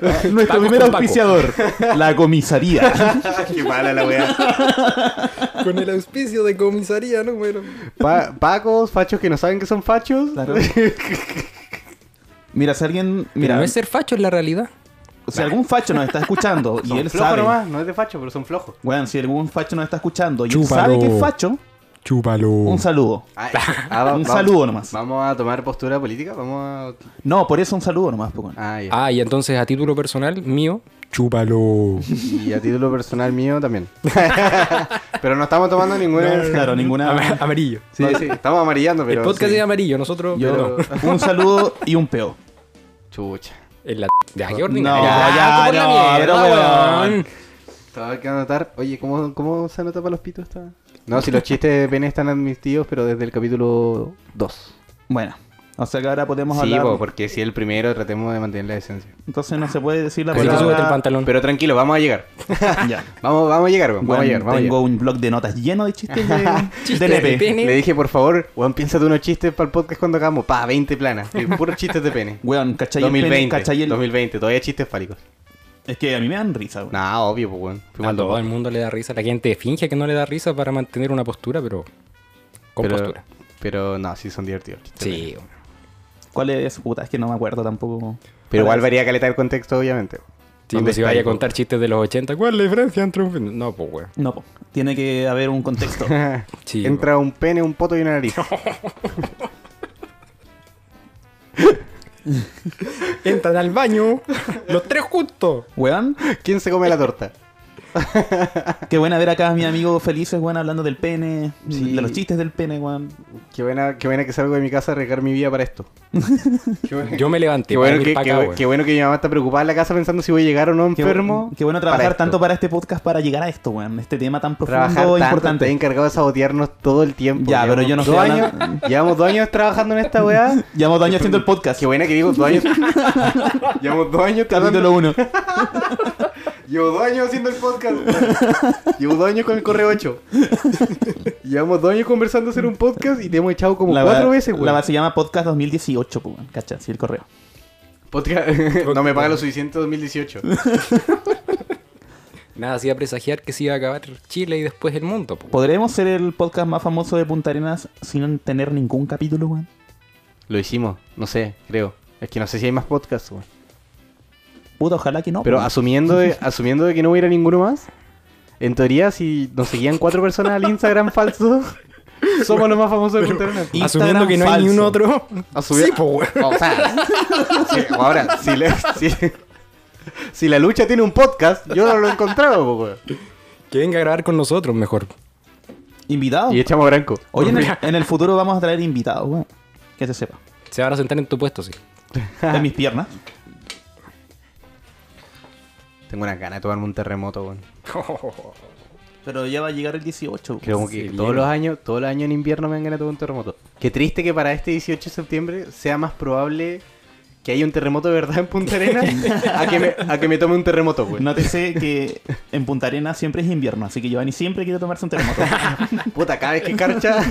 Nuestro
Paco con
primer
Paco.
auspiciador, la comisaría.
qué mala la weá.
Con el auspicio de comisaría número.
Pa- pacos, fachos que no saben que son fachos.
Claro. Mira, si alguien.
Mira,
Mira,
no es ser facho, es la realidad.
si algún facho nos está escuchando y
Son
él
flojos
sabe.
nomás, no es de facho, pero son flojos.
Weón, si algún facho nos está escuchando y él
Chúpalo.
sabe que es facho,
Chúpalo.
un saludo.
Ah,
Un saludo nomás.
Vamos a tomar postura política, vamos a.
No, por eso un saludo nomás, po, weón.
Ah, ya.
Ah, y entonces a título personal mío, chúpalo.
Y a título personal mío también. pero no estamos tomando ninguna.
Pues,
Claro, ninguna.
Am- amarillo.
Sí, sí, estamos amarillando, pero.
el podcast
sí.
es amarillo, nosotros.
Yo-
Un saludo y un peo.
Chucha.
En la. Ya, qué
No,
ordinario.
ya,
como en la
no,
mierda,
pero
weón.
Estaba que anotar. Oye, ¿cómo, ¿cómo se anota para los pitos esta? No, si los chistes de pene están admitidos, pero desde el capítulo 2.
Bueno, o sea que ahora podemos
Sí,
hablar.
po, porque si el primero tratemos de mantener la esencia.
Entonces no se puede decir la
Así que súbete el
palabra.
pantalón.
Pero tranquilo, vamos a llegar.
Ya.
Vamos, vamos a llegar, weón, vamos a
Weón,
llegar, vamos a
tengo
llegar.
un blog de notas lleno de chistes de, E
Chistes
de
de
nepe.
pene.
Le dije, por favor, Juan, piénsate unos chistes para el podcast cuando acabamos. Pa, 20 planas. eh, Puros chistes de pene.
Weón, ¿cachai el pene?
2020,
¿Cachai el-
2020, todavía chistes fálicos.
Es que a mí me dan risa, weón.
Nah, obvio, pues, weón. Fuimos
A
al
todo
doctor.
el mundo le da risa. La gente finge que no le da risa para mantener una postura, pero. Con
pero,
postura.
Pero no, sí son divertidos. los chistes de pene.
Sí.
¿Cuál es? Puta, es que no me acuerdo tampoco.
Pero igual varía caleta el contexto, obviamente.
Sí,
¿Dónde
pues si
está
vaya
ahí,
a contar chistes de los 80, ¿cuál es la diferencia entre un fin- No, pues, weón.
No, po. tiene que haber un contexto.
Sí,
Entra un pene, un poto y una nariz.
Entran al baño, los tres juntos.
weón,
¿Quién se come la torta?
qué buena ver acá a mi amigo felices, weón, hablando del pene,
Sí.
de los chistes del pene, weón.
Qué buena, qué buena que salgo de mi casa a arriesgar mi vida para esto. qué buena-
Yo me levanté.
qué
para
bueno,
ir
que,
pa'
qué
acá,
bu-
weón.
qué bueno que mi mamá está preocupada en la casa pensando si voy a llegar o no
Qué,
enfermo.
qué bueno trabajar
para
tanto
esto.
para este podcast para llegar a esto, weón. Este tema tan profundo
Trabajar tanto,
importante.
estoy encargado de sabotearnos todo el tiempo.
Ya, pero
Llevamos
yo no
dos
estoy
años,
hablando-
Llevamos dos años trabajando en esta weá.
Llevamos dos años haciendo el podcast.
Qué buena que digo, dos años. Llevamos dos años
Capítulo
tardando.
1.
Llevo dos años haciendo el podcast. Llevo dos años con el correo 8. Llevamos dos años conversando hacer un podcast y te hemos echado como cuatro veces, weón.
La va- se llama Podcast 2018, pues, weón. Cacha, sí, el correo.
Podcast- no me paga lo suficiente 2018.
Nada, hacía presagiar que se iba a acabar Chile y después el mundo. pues, po.
¿Podremos ser el podcast más famoso de Punta Arenas sin tener ningún capítulo, weón?
Lo hicimos, no sé, creo. Es que no sé si hay más podcasts, weón.
Puta, ojalá que no.
Pero
weón.
asumiendo de, asumiendo de que no hubiera ninguno más, en teoría, si nos seguían cuatro personas al Instagram falso, somos los más famosos de Punta Arenas.
Asumiendo
Instagram
que no hay ni un
falso.
otro.
Asumiendo-
Sí, po, weón.
O sea, sí, ahora, si, le- si- si la lucha tiene un podcast, yo no lo he encontrado, po, weón.
Que venga a grabar con nosotros mejor.
Invitado.
Y echamos branco.
Oye, en el, en el futuro vamos a traer invitados, weón. Que se sepa.
Se van a sentar en tu puesto, sí.
En mis piernas.
Tengo una gana de tomarme un terremoto, weón.
Pero ya va a llegar el 18. weón.
Que como que todos los años, todos los años en invierno me han ganado un terremoto. Qué triste que para este 18 de septiembre sea más probable que haya un terremoto de verdad en Punta Arenas a, que me, a que me tome un terremoto, güey.
Nótese que en Punta Arenas siempre es invierno, así que Giovanni siempre quiere tomarse un terremoto.
Puta, cada vez que carcha.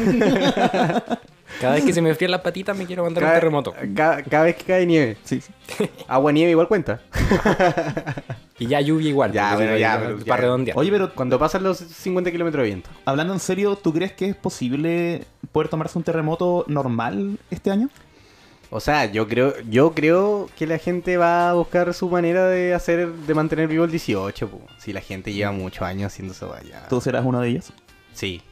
Cada vez que se me frían las patitas me quiero mandar un
Cada-
terremoto.
Cada, cada vez que cae nieve.
Sí, sí.
Agua nieve igual cuenta.
Y ya lluvia igual.
Ya,
porque
bueno,
sí,
ya,
para-
pero
Para
ya.
redondear.
Oye, pero
Cuando pasan los 50 kilómetros de viento.
hablando en serio, ¿tú crees que es posible poder tomarse un terremoto normal este año?
O sea, yo creo, yo creo que la gente va a buscar su manera de hacer, de mantener vivo el 18, po. Si la gente lleva muchos años haciendo eso allá.
¿Tú serás uno de ellos?
Sí.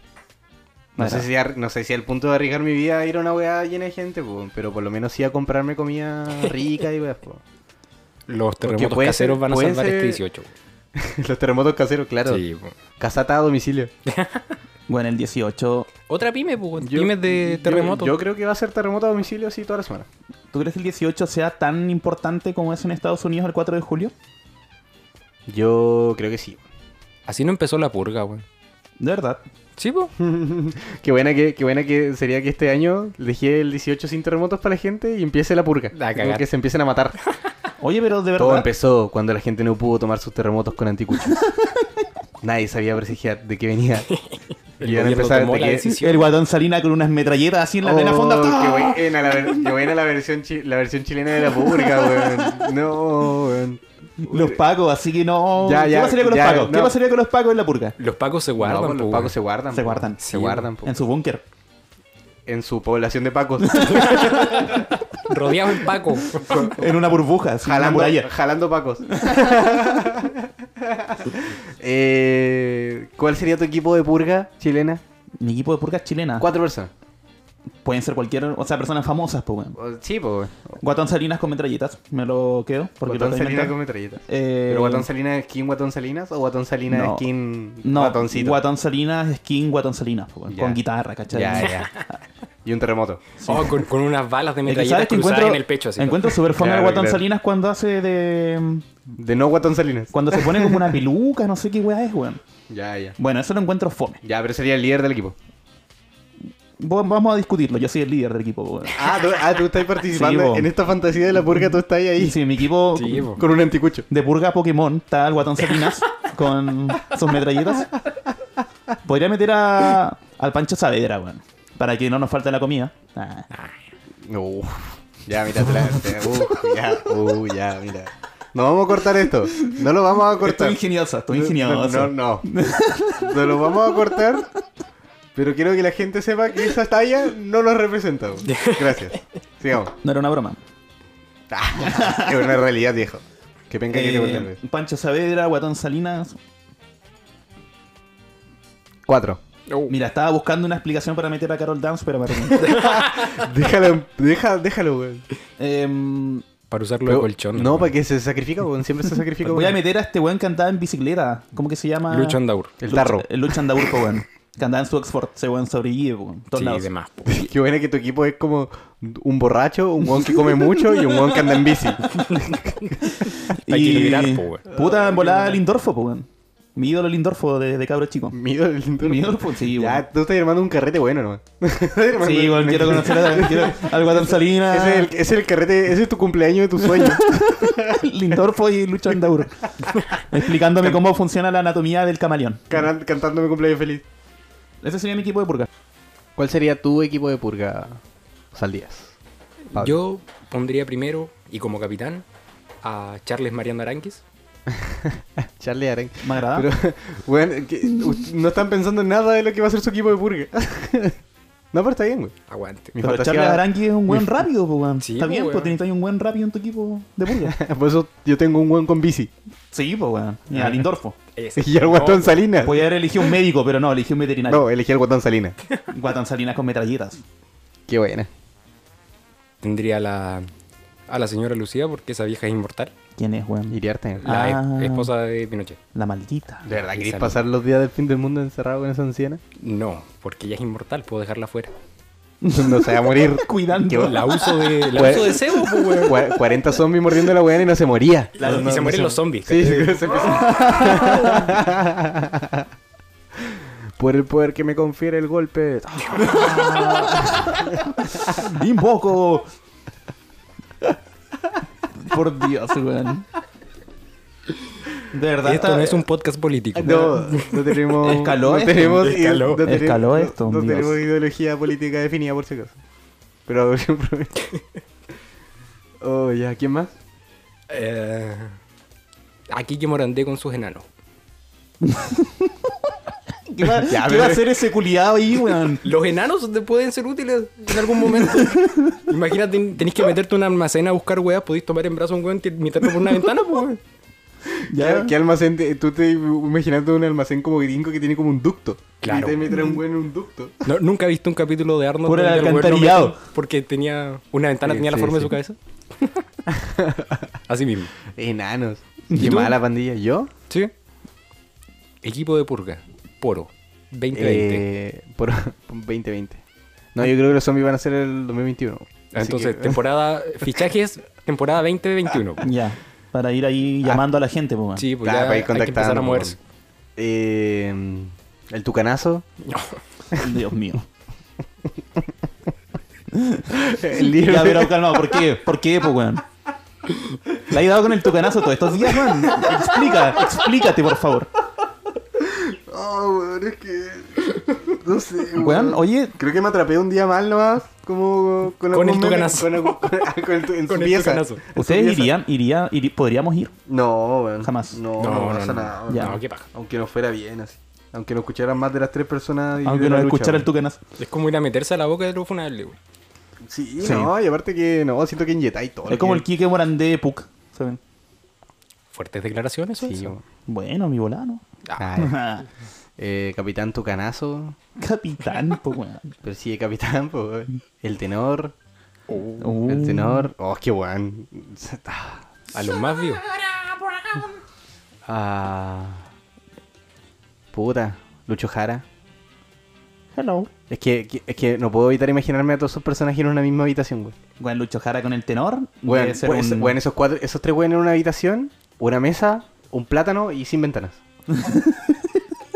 No
Bueno.
sé, si ar- no sé si al punto de arriesgar mi vida a ir a una weá llena de gente, po, pero por lo menos iba a comprarme comida rica y weas, po.
Los terremotos
puede
caseros
ser-
van a
puede
salvar este
ser-
18.
Los terremotos caseros, claro.
Sí, po.
Casata a domicilio.
Bueno, el 18.
Otra pyme, pues.
Yo-
Pymes de
yo-
terremoto.
Yo, creo que va a ser terremoto a domicilio así toda la semana.
¿Tú crees que el 18 sea tan importante como es en Estados Unidos el 4 de julio?
Yo creo que sí.
Así no empezó la purga, weón.
De verdad.
Sí, po.
Hmm. Qué buena que, qué buena que sería que este año dejé el 18 sin terremotos para la gente y empiece la purga.
La
Como
cagar.
que se empiecen a matar.
Oye, pero de
Todo
verdad.
empezó cuando la gente no pudo tomar sus terremotos con anticuchos. Nadie sabía presenciar de qué venía.
El
Y van a
gobierno
empezar
tomó
de
la
que-
decisión.
El guatón Salina con unas metralletas así en la, en la
Oh,
fonda.
Qué
¡Ah!
buena la, ver- qué buena la versión, chi- la versión chilena de la pública, weón. No, weón.
¡Ah! Los pacos, así que no.
Ya, ya,
¿Qué pasaría con los
ya,
pacos? ¿Qué
no.
pasaría con los pacos en la purga?
Los pacos se
No,
guardan,
pues los
po,
pacos
weón.
se guardan.
Se
po.
guardan.
Se
Sí,
guardan, po.
En su búnker.
En su población de pacos.
Rodeados en paco.
En una burbuja, así, en una
jalando,
muralla.
jalando pacos. Eh, ¿Cuál sería tu equipo de purga chilena?
Mi equipo de purgas chilena.
Cuatro personas.
Pueden ser cualquier. O sea, personas famosas, pues, weón.
O- Sí, pues.
Guatón Salinas con metralletas. Me lo quedo. Porque
Guatón
lo acabo de
Salinas
inventar.
con metralletas.
Eh,
¿Pero guatón Salinas skin guatón Salinas o guatón Salinas
no.
skin
No,
guatoncito?
Guatón Salinas, skin Guatón Salinas, pues, weón.
Ya.
Con guitarra, ¿cachai?
Ya, ya. Y un terremoto.
Oh, con, con unas balas de
Es que,
metralletas
¿sabes que
cruzadas en
encuentro,
el pecho. Así,
encuentro súper fome al
Claro,
Guatón
claro.
Salinas cuando hace de...
De no guatón Salinas.
Cuando se pone como una peluca, no sé qué weá es, weón.
Ya, ya.
Bueno, eso lo encuentro fome.
Ya, pero sería el líder del equipo.
Vo- Vamos a discutirlo, yo soy el líder del equipo, weón.
Ah, tú, ah, tú estás
Sí,
participando
po.
en esta fantasía de la purga, tú estás ahí
Y si mi equipo
Sí, po.
con un anticucho.
de purga Pokémon está el Guatón Salinas con sus metralletas, podría meter a, al Pancho Saavedra, weón. Para que no nos falte la comida. Ah.
Uf. Ya, mira, te la- te- uh, ya, uh, ya, mira. No vamos a cortar esto. No lo vamos a cortar.
Estoy ingeniosa, estoy
No,
ingeniosa.
no, no. No lo vamos a cortar. Pero quiero que la gente sepa que esa talla no nos representa. Gracias. Sigamos. Ah,
No era una broma.
Es una realidad, viejo. Que venga que te
Eh,
vuelve.
Pancho Saavedra, Guatón Salinas.
Cuatro.
Oh,
Mira, estaba buscando una explicación para meter a Carol Dance, pero para
Déjalo, en- deja, déjalo, weón.
Em,
para usarlo de
Pero-
colchón.
No, para que se sacrifica, weón. Siempre se sacrifica,
voy a
weón.
meter a este weón que andaba en bicicleta. ¿Cómo que se llama?
Lucho Andaur.
El
Lucha-
tarro.
El Lucha Andaburco, weón. Que andaba en su Oxford. Ese weón sobrevive, weón. Todos
Sí,
lados.
de más, po.
Qué buena que tu equipo es como un borracho, un weón que come mucho y un weón que anda en bici.
Hay que equilibrar, po, weón.
Puta, en volada Lindorfo, po, weón. Mi ídolo Lindorfo de, de cabro chico.
Mido el lindor.
Mi ídolo, po, sí, weón.
Ya, tú estás armando un carrete bueno, nomás.
Sí, weón, quiero conocer a, quiero, al Guatán Salinas,
Ese es, el, ese es el carrete, ese es tu cumpleaños de tu sueño.
Lindorfo y Lucho Andauro. Explicándome cómo funciona la anatomía del camaleón.
Canan- cantando mi cumpleaños feliz.
Ese sería mi equipo de purga.
¿Cuál sería tu equipo de purga, Saldías? Pablo.
Yo pondría primero, y como capitán, a Charles Mariano Aranquis.
Charlie Aren.
¿Me agrada?
Ah. Pero, bueno, que- u- no están pensando en nada de lo que va a ser su equipo de purga. no, pero está bien, güey.
Aguante.
Mi
Pero
fantasía-
Charles Aranqui es un buen rápido, po, weón.
Sí,
Está
po,
bien,
weón.
pues necesitas un buen rápido en tu equipo de purga.
Por eso yo tengo un buen con bici.
sí, pues, weón. Y a Lindorfo.
Ese.
Y al guatón
No,
Salinas.
Podía haber elegido un médico, pero no, elegí un veterinario.
No, elegí al guatón Salinas.
Guatán Salinas con metralletas.
Qué buena.
Tendría a la, a la señora Lucía, porque esa vieja es inmortal.
¿Quién es, weón?
Iriarte.
La
Ah.
es- esposa de Pinochet.
La maldita.
¿De verdad querés
Salinas.
pasar los días del fin del mundo encerrado con esa anciana?
No, porque ella es inmortal, puedo dejarla fuera.
No se va a morir.
Cuidando.
La uso de, la
Pues-
uso de cebo, po, weón.
Cua- 40 zombies mordiendo a la weá y Pues, no se moría.
Claro, y se mueren los zombies.
Sí, sí, se empieza- Por el poder que me confiere el golpe.
Invoco. Por Dios, weón. De verdad.
Esto
está-
no es un podcast político.
No, no tenemos.
Escaló
no
esto.
tenemos,
Escaló.
no tenemos-
Escaló esto,
No,
Dios.
tenemos ideología política definida, por si acaso. Pero Oh, ya, ¿quién más?
Eh, aquí que morandé con sus enanos.
¿Qué va,
Ya,
qué
pero-
va a hacer ese culiado ahí, weón?
Los enanos te pueden ser útiles en algún momento. Imagínate, tenés que meterte a un almacén a buscar weas, podéis tomar en brazo a un weón y meterlo por una ventana, pues weón.
Ya.
¿Qué, qué almacén? te- tú te imaginando un almacén como gringo que tiene como un ducto.
Claro.
Y te meter
Mm.
un buen en un ducto.
No, Nunca he visto un capítulo de Arnold.
Por el
donde weón lo
alcantarillado.
meten Porque tenía una ventana,
Sí,
tenía la
sí,
forma de
sí.
su cabeza. Así mismo.
Enanos.
¿Y
Qué
tú?
mala pandilla. ¿Yo?
¿Sí? Equipo de purga. Poro. 2020.
Eh, por 2020. No, yo creo que los zombies van a ser el 2021.
Ah,
Así
Entonces,
que-
temporada. Fichajes, temporada 2021.
Ya. Para ir ahí llamando a la gente, pues, weón.
Sí, pues
Claro,
ya
para
hay
ir
que empezar a
contactando,
moverse.
Eh, el tucanazo.
Dios mío.
El
Ya,
libro.
pero calmado, ¿por qué? ¿Por qué, pues, weón? La he dado con el tucanazo todos estos días, weón. Explica, explícate, por favor.
Oh, weón, es que. No sé,
Weón, oye,
Creo que me atrapé un día mal nomás. Como con,
Con
algún
el
meme,
tucanazo.
Con, algún- con- ah, con el tu- en
Con
su
el
pieza.
tucanazo.
En su
¿ustedes
pieza.
irían, iría, iri- podríamos ir?
No, weón.
Jamás.
No,
No,
no,
no,
pasa
no.
nada. weón.
Ya.
No, qué paja.
Aunque no fuera bien así. Aunque no escucharan más de las tres personas. y
Aunque
de
no
la lucha,
escuchara el
weón.
tucanazo.
Es como ir a meterse a la boca de los funables, güey.
Sí,
Sí.
no, y aparte que no, siento que inyectáis todo.
Es como el Kike Morandé de Puc, ¿saben?
Fuertes declaraciones, ¿o
Sí,
eso?
weón.
Bueno, mi volano.
Ah, eh, Capitán Tucanazo.
Capitán, pues, weón.
Pero sí, de capitán, pues, weón. El tenor.
Uh.
El tenor. Oh, qué weón.
A los más vivos.
Ah. Puta. Lucho Jara.
Hello.
Es que, que- es que no puedo evitar imaginarme a todos esos personajes en una misma habitación, güey.
Weón, Lucho Jara con el tenor.
Güey,
debe ser
güey, es-
un-
güey, esos, cuatro, esos tres güeyes en una habitación, una mesa, un plátano y sin ventanas.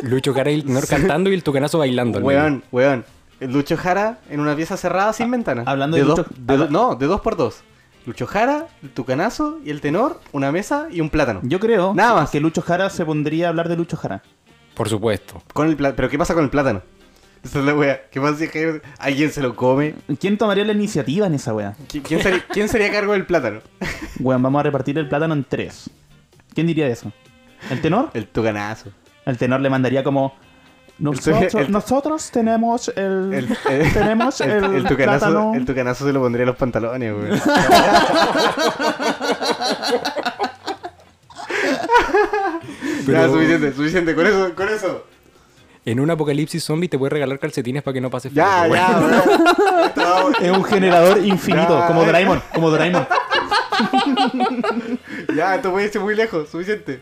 Lucho Cara y el tenor cantando y el tucanazo bailando. al mismo.
Weón, weón. El Lucho Jara en una pieza cerrada sin ventanas.
Ah, hablando de
dos,
Lucho-
de do-
habla-
No, de dos por dos. Lucho Jara, el tucanazo y el tenor, una mesa y un plátano.
Yo creo
Nada más.
que Lucho Jara se pondría a hablar de Lucho Jara.
Por supuesto.
Con el pla- Pero ¿qué pasa con el plátano? Esa es la wea. ¿Qué pasa si es que alguien se lo come?
¿Quién tomaría la iniciativa en esa weá?
¿Qui- ¿Quién sería, ¿quién sería a cargo del plátano?
Weón, vamos a repartir el plátano en tres. ¿Quién diría eso? ¿El tenor?
El tucanazo.
El tenor le mandaría como. Nosotros,
el-
nosotros tenemos el.
El- el-
tenemos el,
El, el tucanazo,
plátano.
el tucanazo se lo pondría en los pantalones, güey. Ya,
Pero-
suficiente, suficiente. Con eso, con eso.
En un apocalipsis zombie te puede regalar calcetines para que no pases
Ya,
frío,
ya, güey. Estaba-
Es un generador infinito,
Ya.
como Doraemon. Como Doraemon.
Ya, esto puede irse muy lejos, suficiente.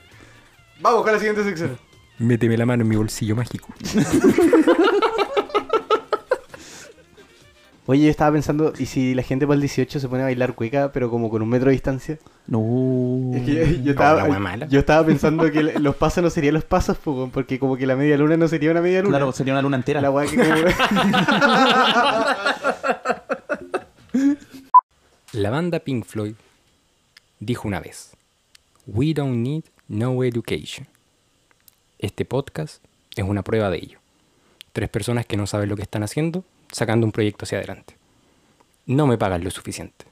Vamos con la siguiente sección.
güey. Méteme la mano en mi bolsillo mágico.
Oye, yo estaba pensando, ¿y si la gente para el 18 se pone a bailar cueca, pero como con un metro de distancia?
Mm. No.
Es que yo, yo
la
estaba,
wea mala.
yo estaba pensando que los pasos no serían los pasos, po, weón, porque como que la media luna no sería una media luna.
Claro, sería una luna entera.
la weá que como...
La banda Pink Floyd dijo una vez: We don't need no education. Este podcast es una prueba de ello. Tres personas que no saben lo que están haciendo, sacando un proyecto hacia adelante. No me pagan lo suficiente.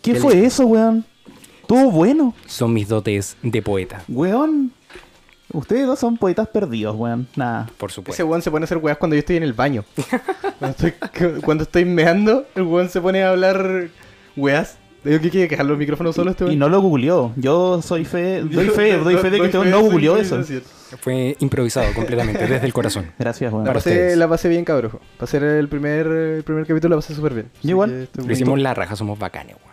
¿Qué fue eso, weón? Todo bueno.
Son mis dotes de poeta,
Weón. Ustedes dos son poetas perdidos, weón. Nada.
por
Ese
supuesto.
weón se pone a hacer weas cuando yo estoy en el baño. Cuando estoy, cuando estoy meando, el weón se pone a hablar weas. Digo que quiere dejar los micrófonos solos este
Y
weón.
no lo googleó. Yo soy fe, doy fe, doy fe de que
Doy
usted
fe
no
de
googleó
que
eso.
es cierto.
Fue improvisado completamente, desde el corazón.
Gracias,
La
weón.
Para
pasé,
ustedes.
la pasé bien, cabrón. Para ser el primer, el primer capítulo la pasé súper bien. Así
igual.
que estoy
Lo
muy-
hicimos la raja, somos bacanes, weón.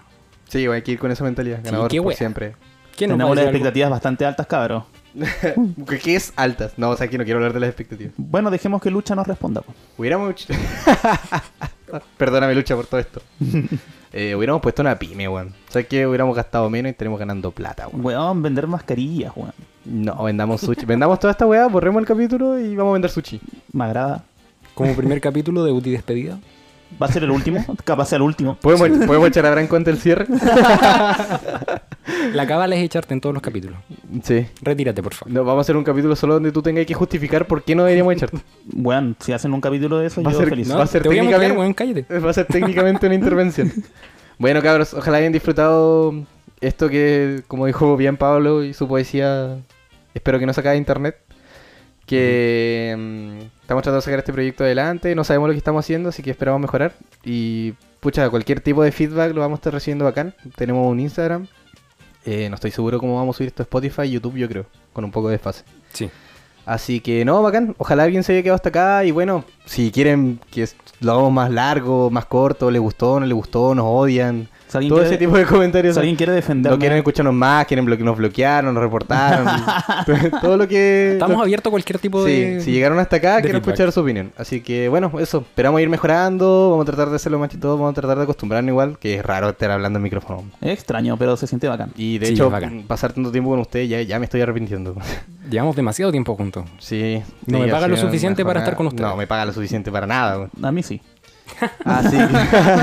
Sí, hay que ir con esa mentalidad.
Sí,
Ganador
qué
por
wea.
siempre.
¿Quién nos va
Tenemos
a
las
decir algo?
expectativas bastante altas, cabros.
¿Qué, qué es altas? No, o sea, aquí no quiero hablar de las expectativas.
Bueno, dejemos que Lucha nos responda. po.
Hubiéramos... Perdóname, Lucha, por todo esto. Eh, hubiéramos puesto una pyme, weón. O sea, que hubiéramos gastado menos y tenemos ganando plata, weón.
Weón, vender mascarillas, weón.
No, vendamos sushi. vendamos toda esta weá, borremos el capítulo y vamos a vender sushi.
Me agrada.
Como primer capítulo de Uti Despedida.
¿Va a ser el último? Capaz sea el último.
¿Podemos, ¿podemos echar a Branco antes del cierre?
La cabala es echarte en todos los capítulos.
Sí.
Retírate, por favor.
No, vamos a hacer un capítulo solo donde tú tengas que justificar por qué no deberíamos echarte.
Bueno, si hacen un capítulo de eso,
Va a
yo
ser-
feliz.
No,
va a ser
te voy a mutear,
técnicamente-
weón, cállate.
Va a ser técnicamente una intervención. Bueno, cabros, ojalá hayan disfrutado esto que, como dijo bien Pablo y su poesía, espero que no se acabe de internet. Que mm, estamos tratando de sacar este proyecto adelante, no sabemos lo que estamos haciendo, así que esperamos mejorar. Y, pucha, cualquier tipo de feedback lo vamos a estar recibiendo bacán. Tenemos un Instagram. Eh, no estoy seguro cómo vamos a subir esto a Spotify y YouTube, yo creo, con un poco de desfase.
Sí.
Así que no, bacán. Ojalá alguien se haya quedado hasta acá. Y bueno, si quieren que es- lo hagamos más largo, más corto, les gustó, no les gustó, nos odian.
Si alguien
Todo
quiere-
ese tipo de comentarios.
Si alguien quiere
No
defenderme,
quieren escucharnos más, quieren bloque- nos bloquearon, nos reportaron. todo lo que.
Estamos
lo-
abiertos a cualquier tipo
Sí,
de.
si llegaron hasta acá,
de
quiero
feedback.
escuchar su opinión. Así que bueno, eso. Esperamos ir mejorando. Vamos a tratar de hacerlo más chistoso. Vamos a tratar de acostumbrarnos igual, que es raro estar hablando en micrófono.
es extraño, pero se siente bacán.
Y de
Sí,
hecho,
es bacán.
pasar tanto tiempo con ustedes ya, ya me estoy arrepintiendo.
Llevamos demasiado tiempo juntos.
Sí.
No me
sí,
paga
ha
lo
sido
suficiente
una
para estar con
jornada-
ustedes.
No, me paga lo suficiente para nada, güey.
A mí sí.
Ah,
Así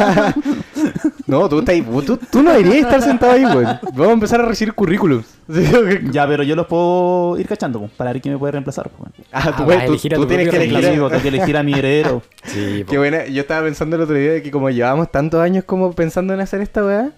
que- No, tú, estás ahí- tú, tú no deberías estar sentado ahí, güey. Vamos a empezar a recibir currículums. Sí, ok.
Ya, pero yo los puedo ir cachando, po, para ver quién me puede reemplazar. po.
Ah,
Ah,
tú,
vas
güey,
a
tú-
elegir a
tú
tu
tienes que
propio
Sí,
elegir.
po, tengo que elegir a mi heredero.
Sí, po.
Qué buena. Yo estaba pensando el otro día de que como llevábamos tantos años como pensando en hacer esta weá,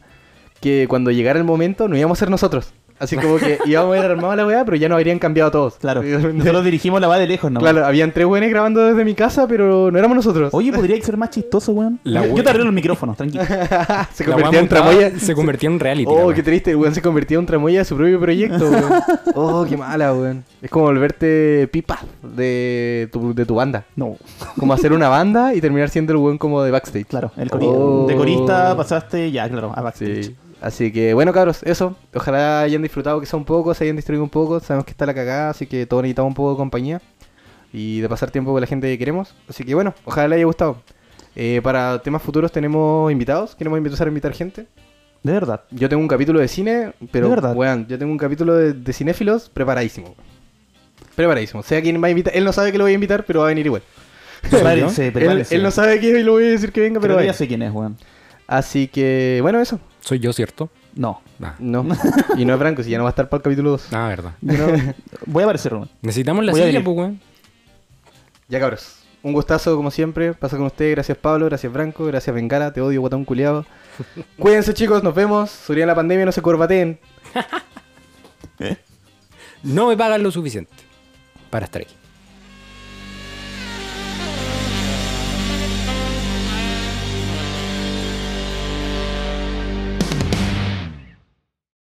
que cuando llegara el momento no íbamos a ser nosotros. Así como que íbamos a ir armados a la weá, pero ya nos habrían cambiado todos.
Claro.
Sí,
Nosotros dirigimos la va de lejos, ¿no?
Claro, habían tres güeyes grabando desde mi casa, pero no éramos nosotros.
Oye, podría ser más chistoso, weón.
La
yo,
wea-
yo te arreglo los micrófonos, tranquilo.
Se
La
convertía
weá
en
montada
tramoya.
Se convirtió en reality. la
Oh,
weá.
qué triste, el weón se convirtió en tramoya de su propio proyecto, weón. Oh, qué mala, weón. Es como volverte pipa de tu, de tu banda.
No,
Como hacer una banda y terminar siendo el weón como de backstage.
claro. El cori-
Oh.
De corista pasaste ya, claro, a backstage.
Sí. Así que, bueno, cabros, eso. Ojalá hayan disfrutado que sea un poco, se hayan distraído un poco. Sabemos que está la cagada, así que todos necesitamos un poco de compañía. Y de pasar tiempo con la gente que queremos. Así que, bueno, ojalá les haya gustado. Eh, para temas futuros tenemos invitados. Queremos empezar a invitar gente.
De verdad.
Yo tengo un capítulo de cine, pero
De verdad.
weón, yo tengo un capítulo de, de cinéfilos preparadísimo. Preparadísimo. Sea quien va a invitar, él no sabe que lo voy a invitar, pero va a venir igual.
Prepárense,
Él,
prepárense.
él no sabe que lo voy a decir que venga,
Pero
pero va a
ya
venir.
sé quién es, weón.
Así que, bueno, eso.
Soy yo, ¿cierto?
No.
Ah,
No. y no es Franco, si ya no va a estar para el capítulo 2.
ah, verdad.
Voy a aparecer, weón.
Necesitamos la
Voy a
silla,
venir.
pues, weón.
Ya cabros. Un gustazo como siempre. Pasa con ustedes. Gracias Pablo, gracias Franco, gracias Bengala. Te odio, guatón culiado. Cuídense chicos, nos vemos. Sería la pandemia, no se corbateen.
No me pagan lo suficiente para estar aquí.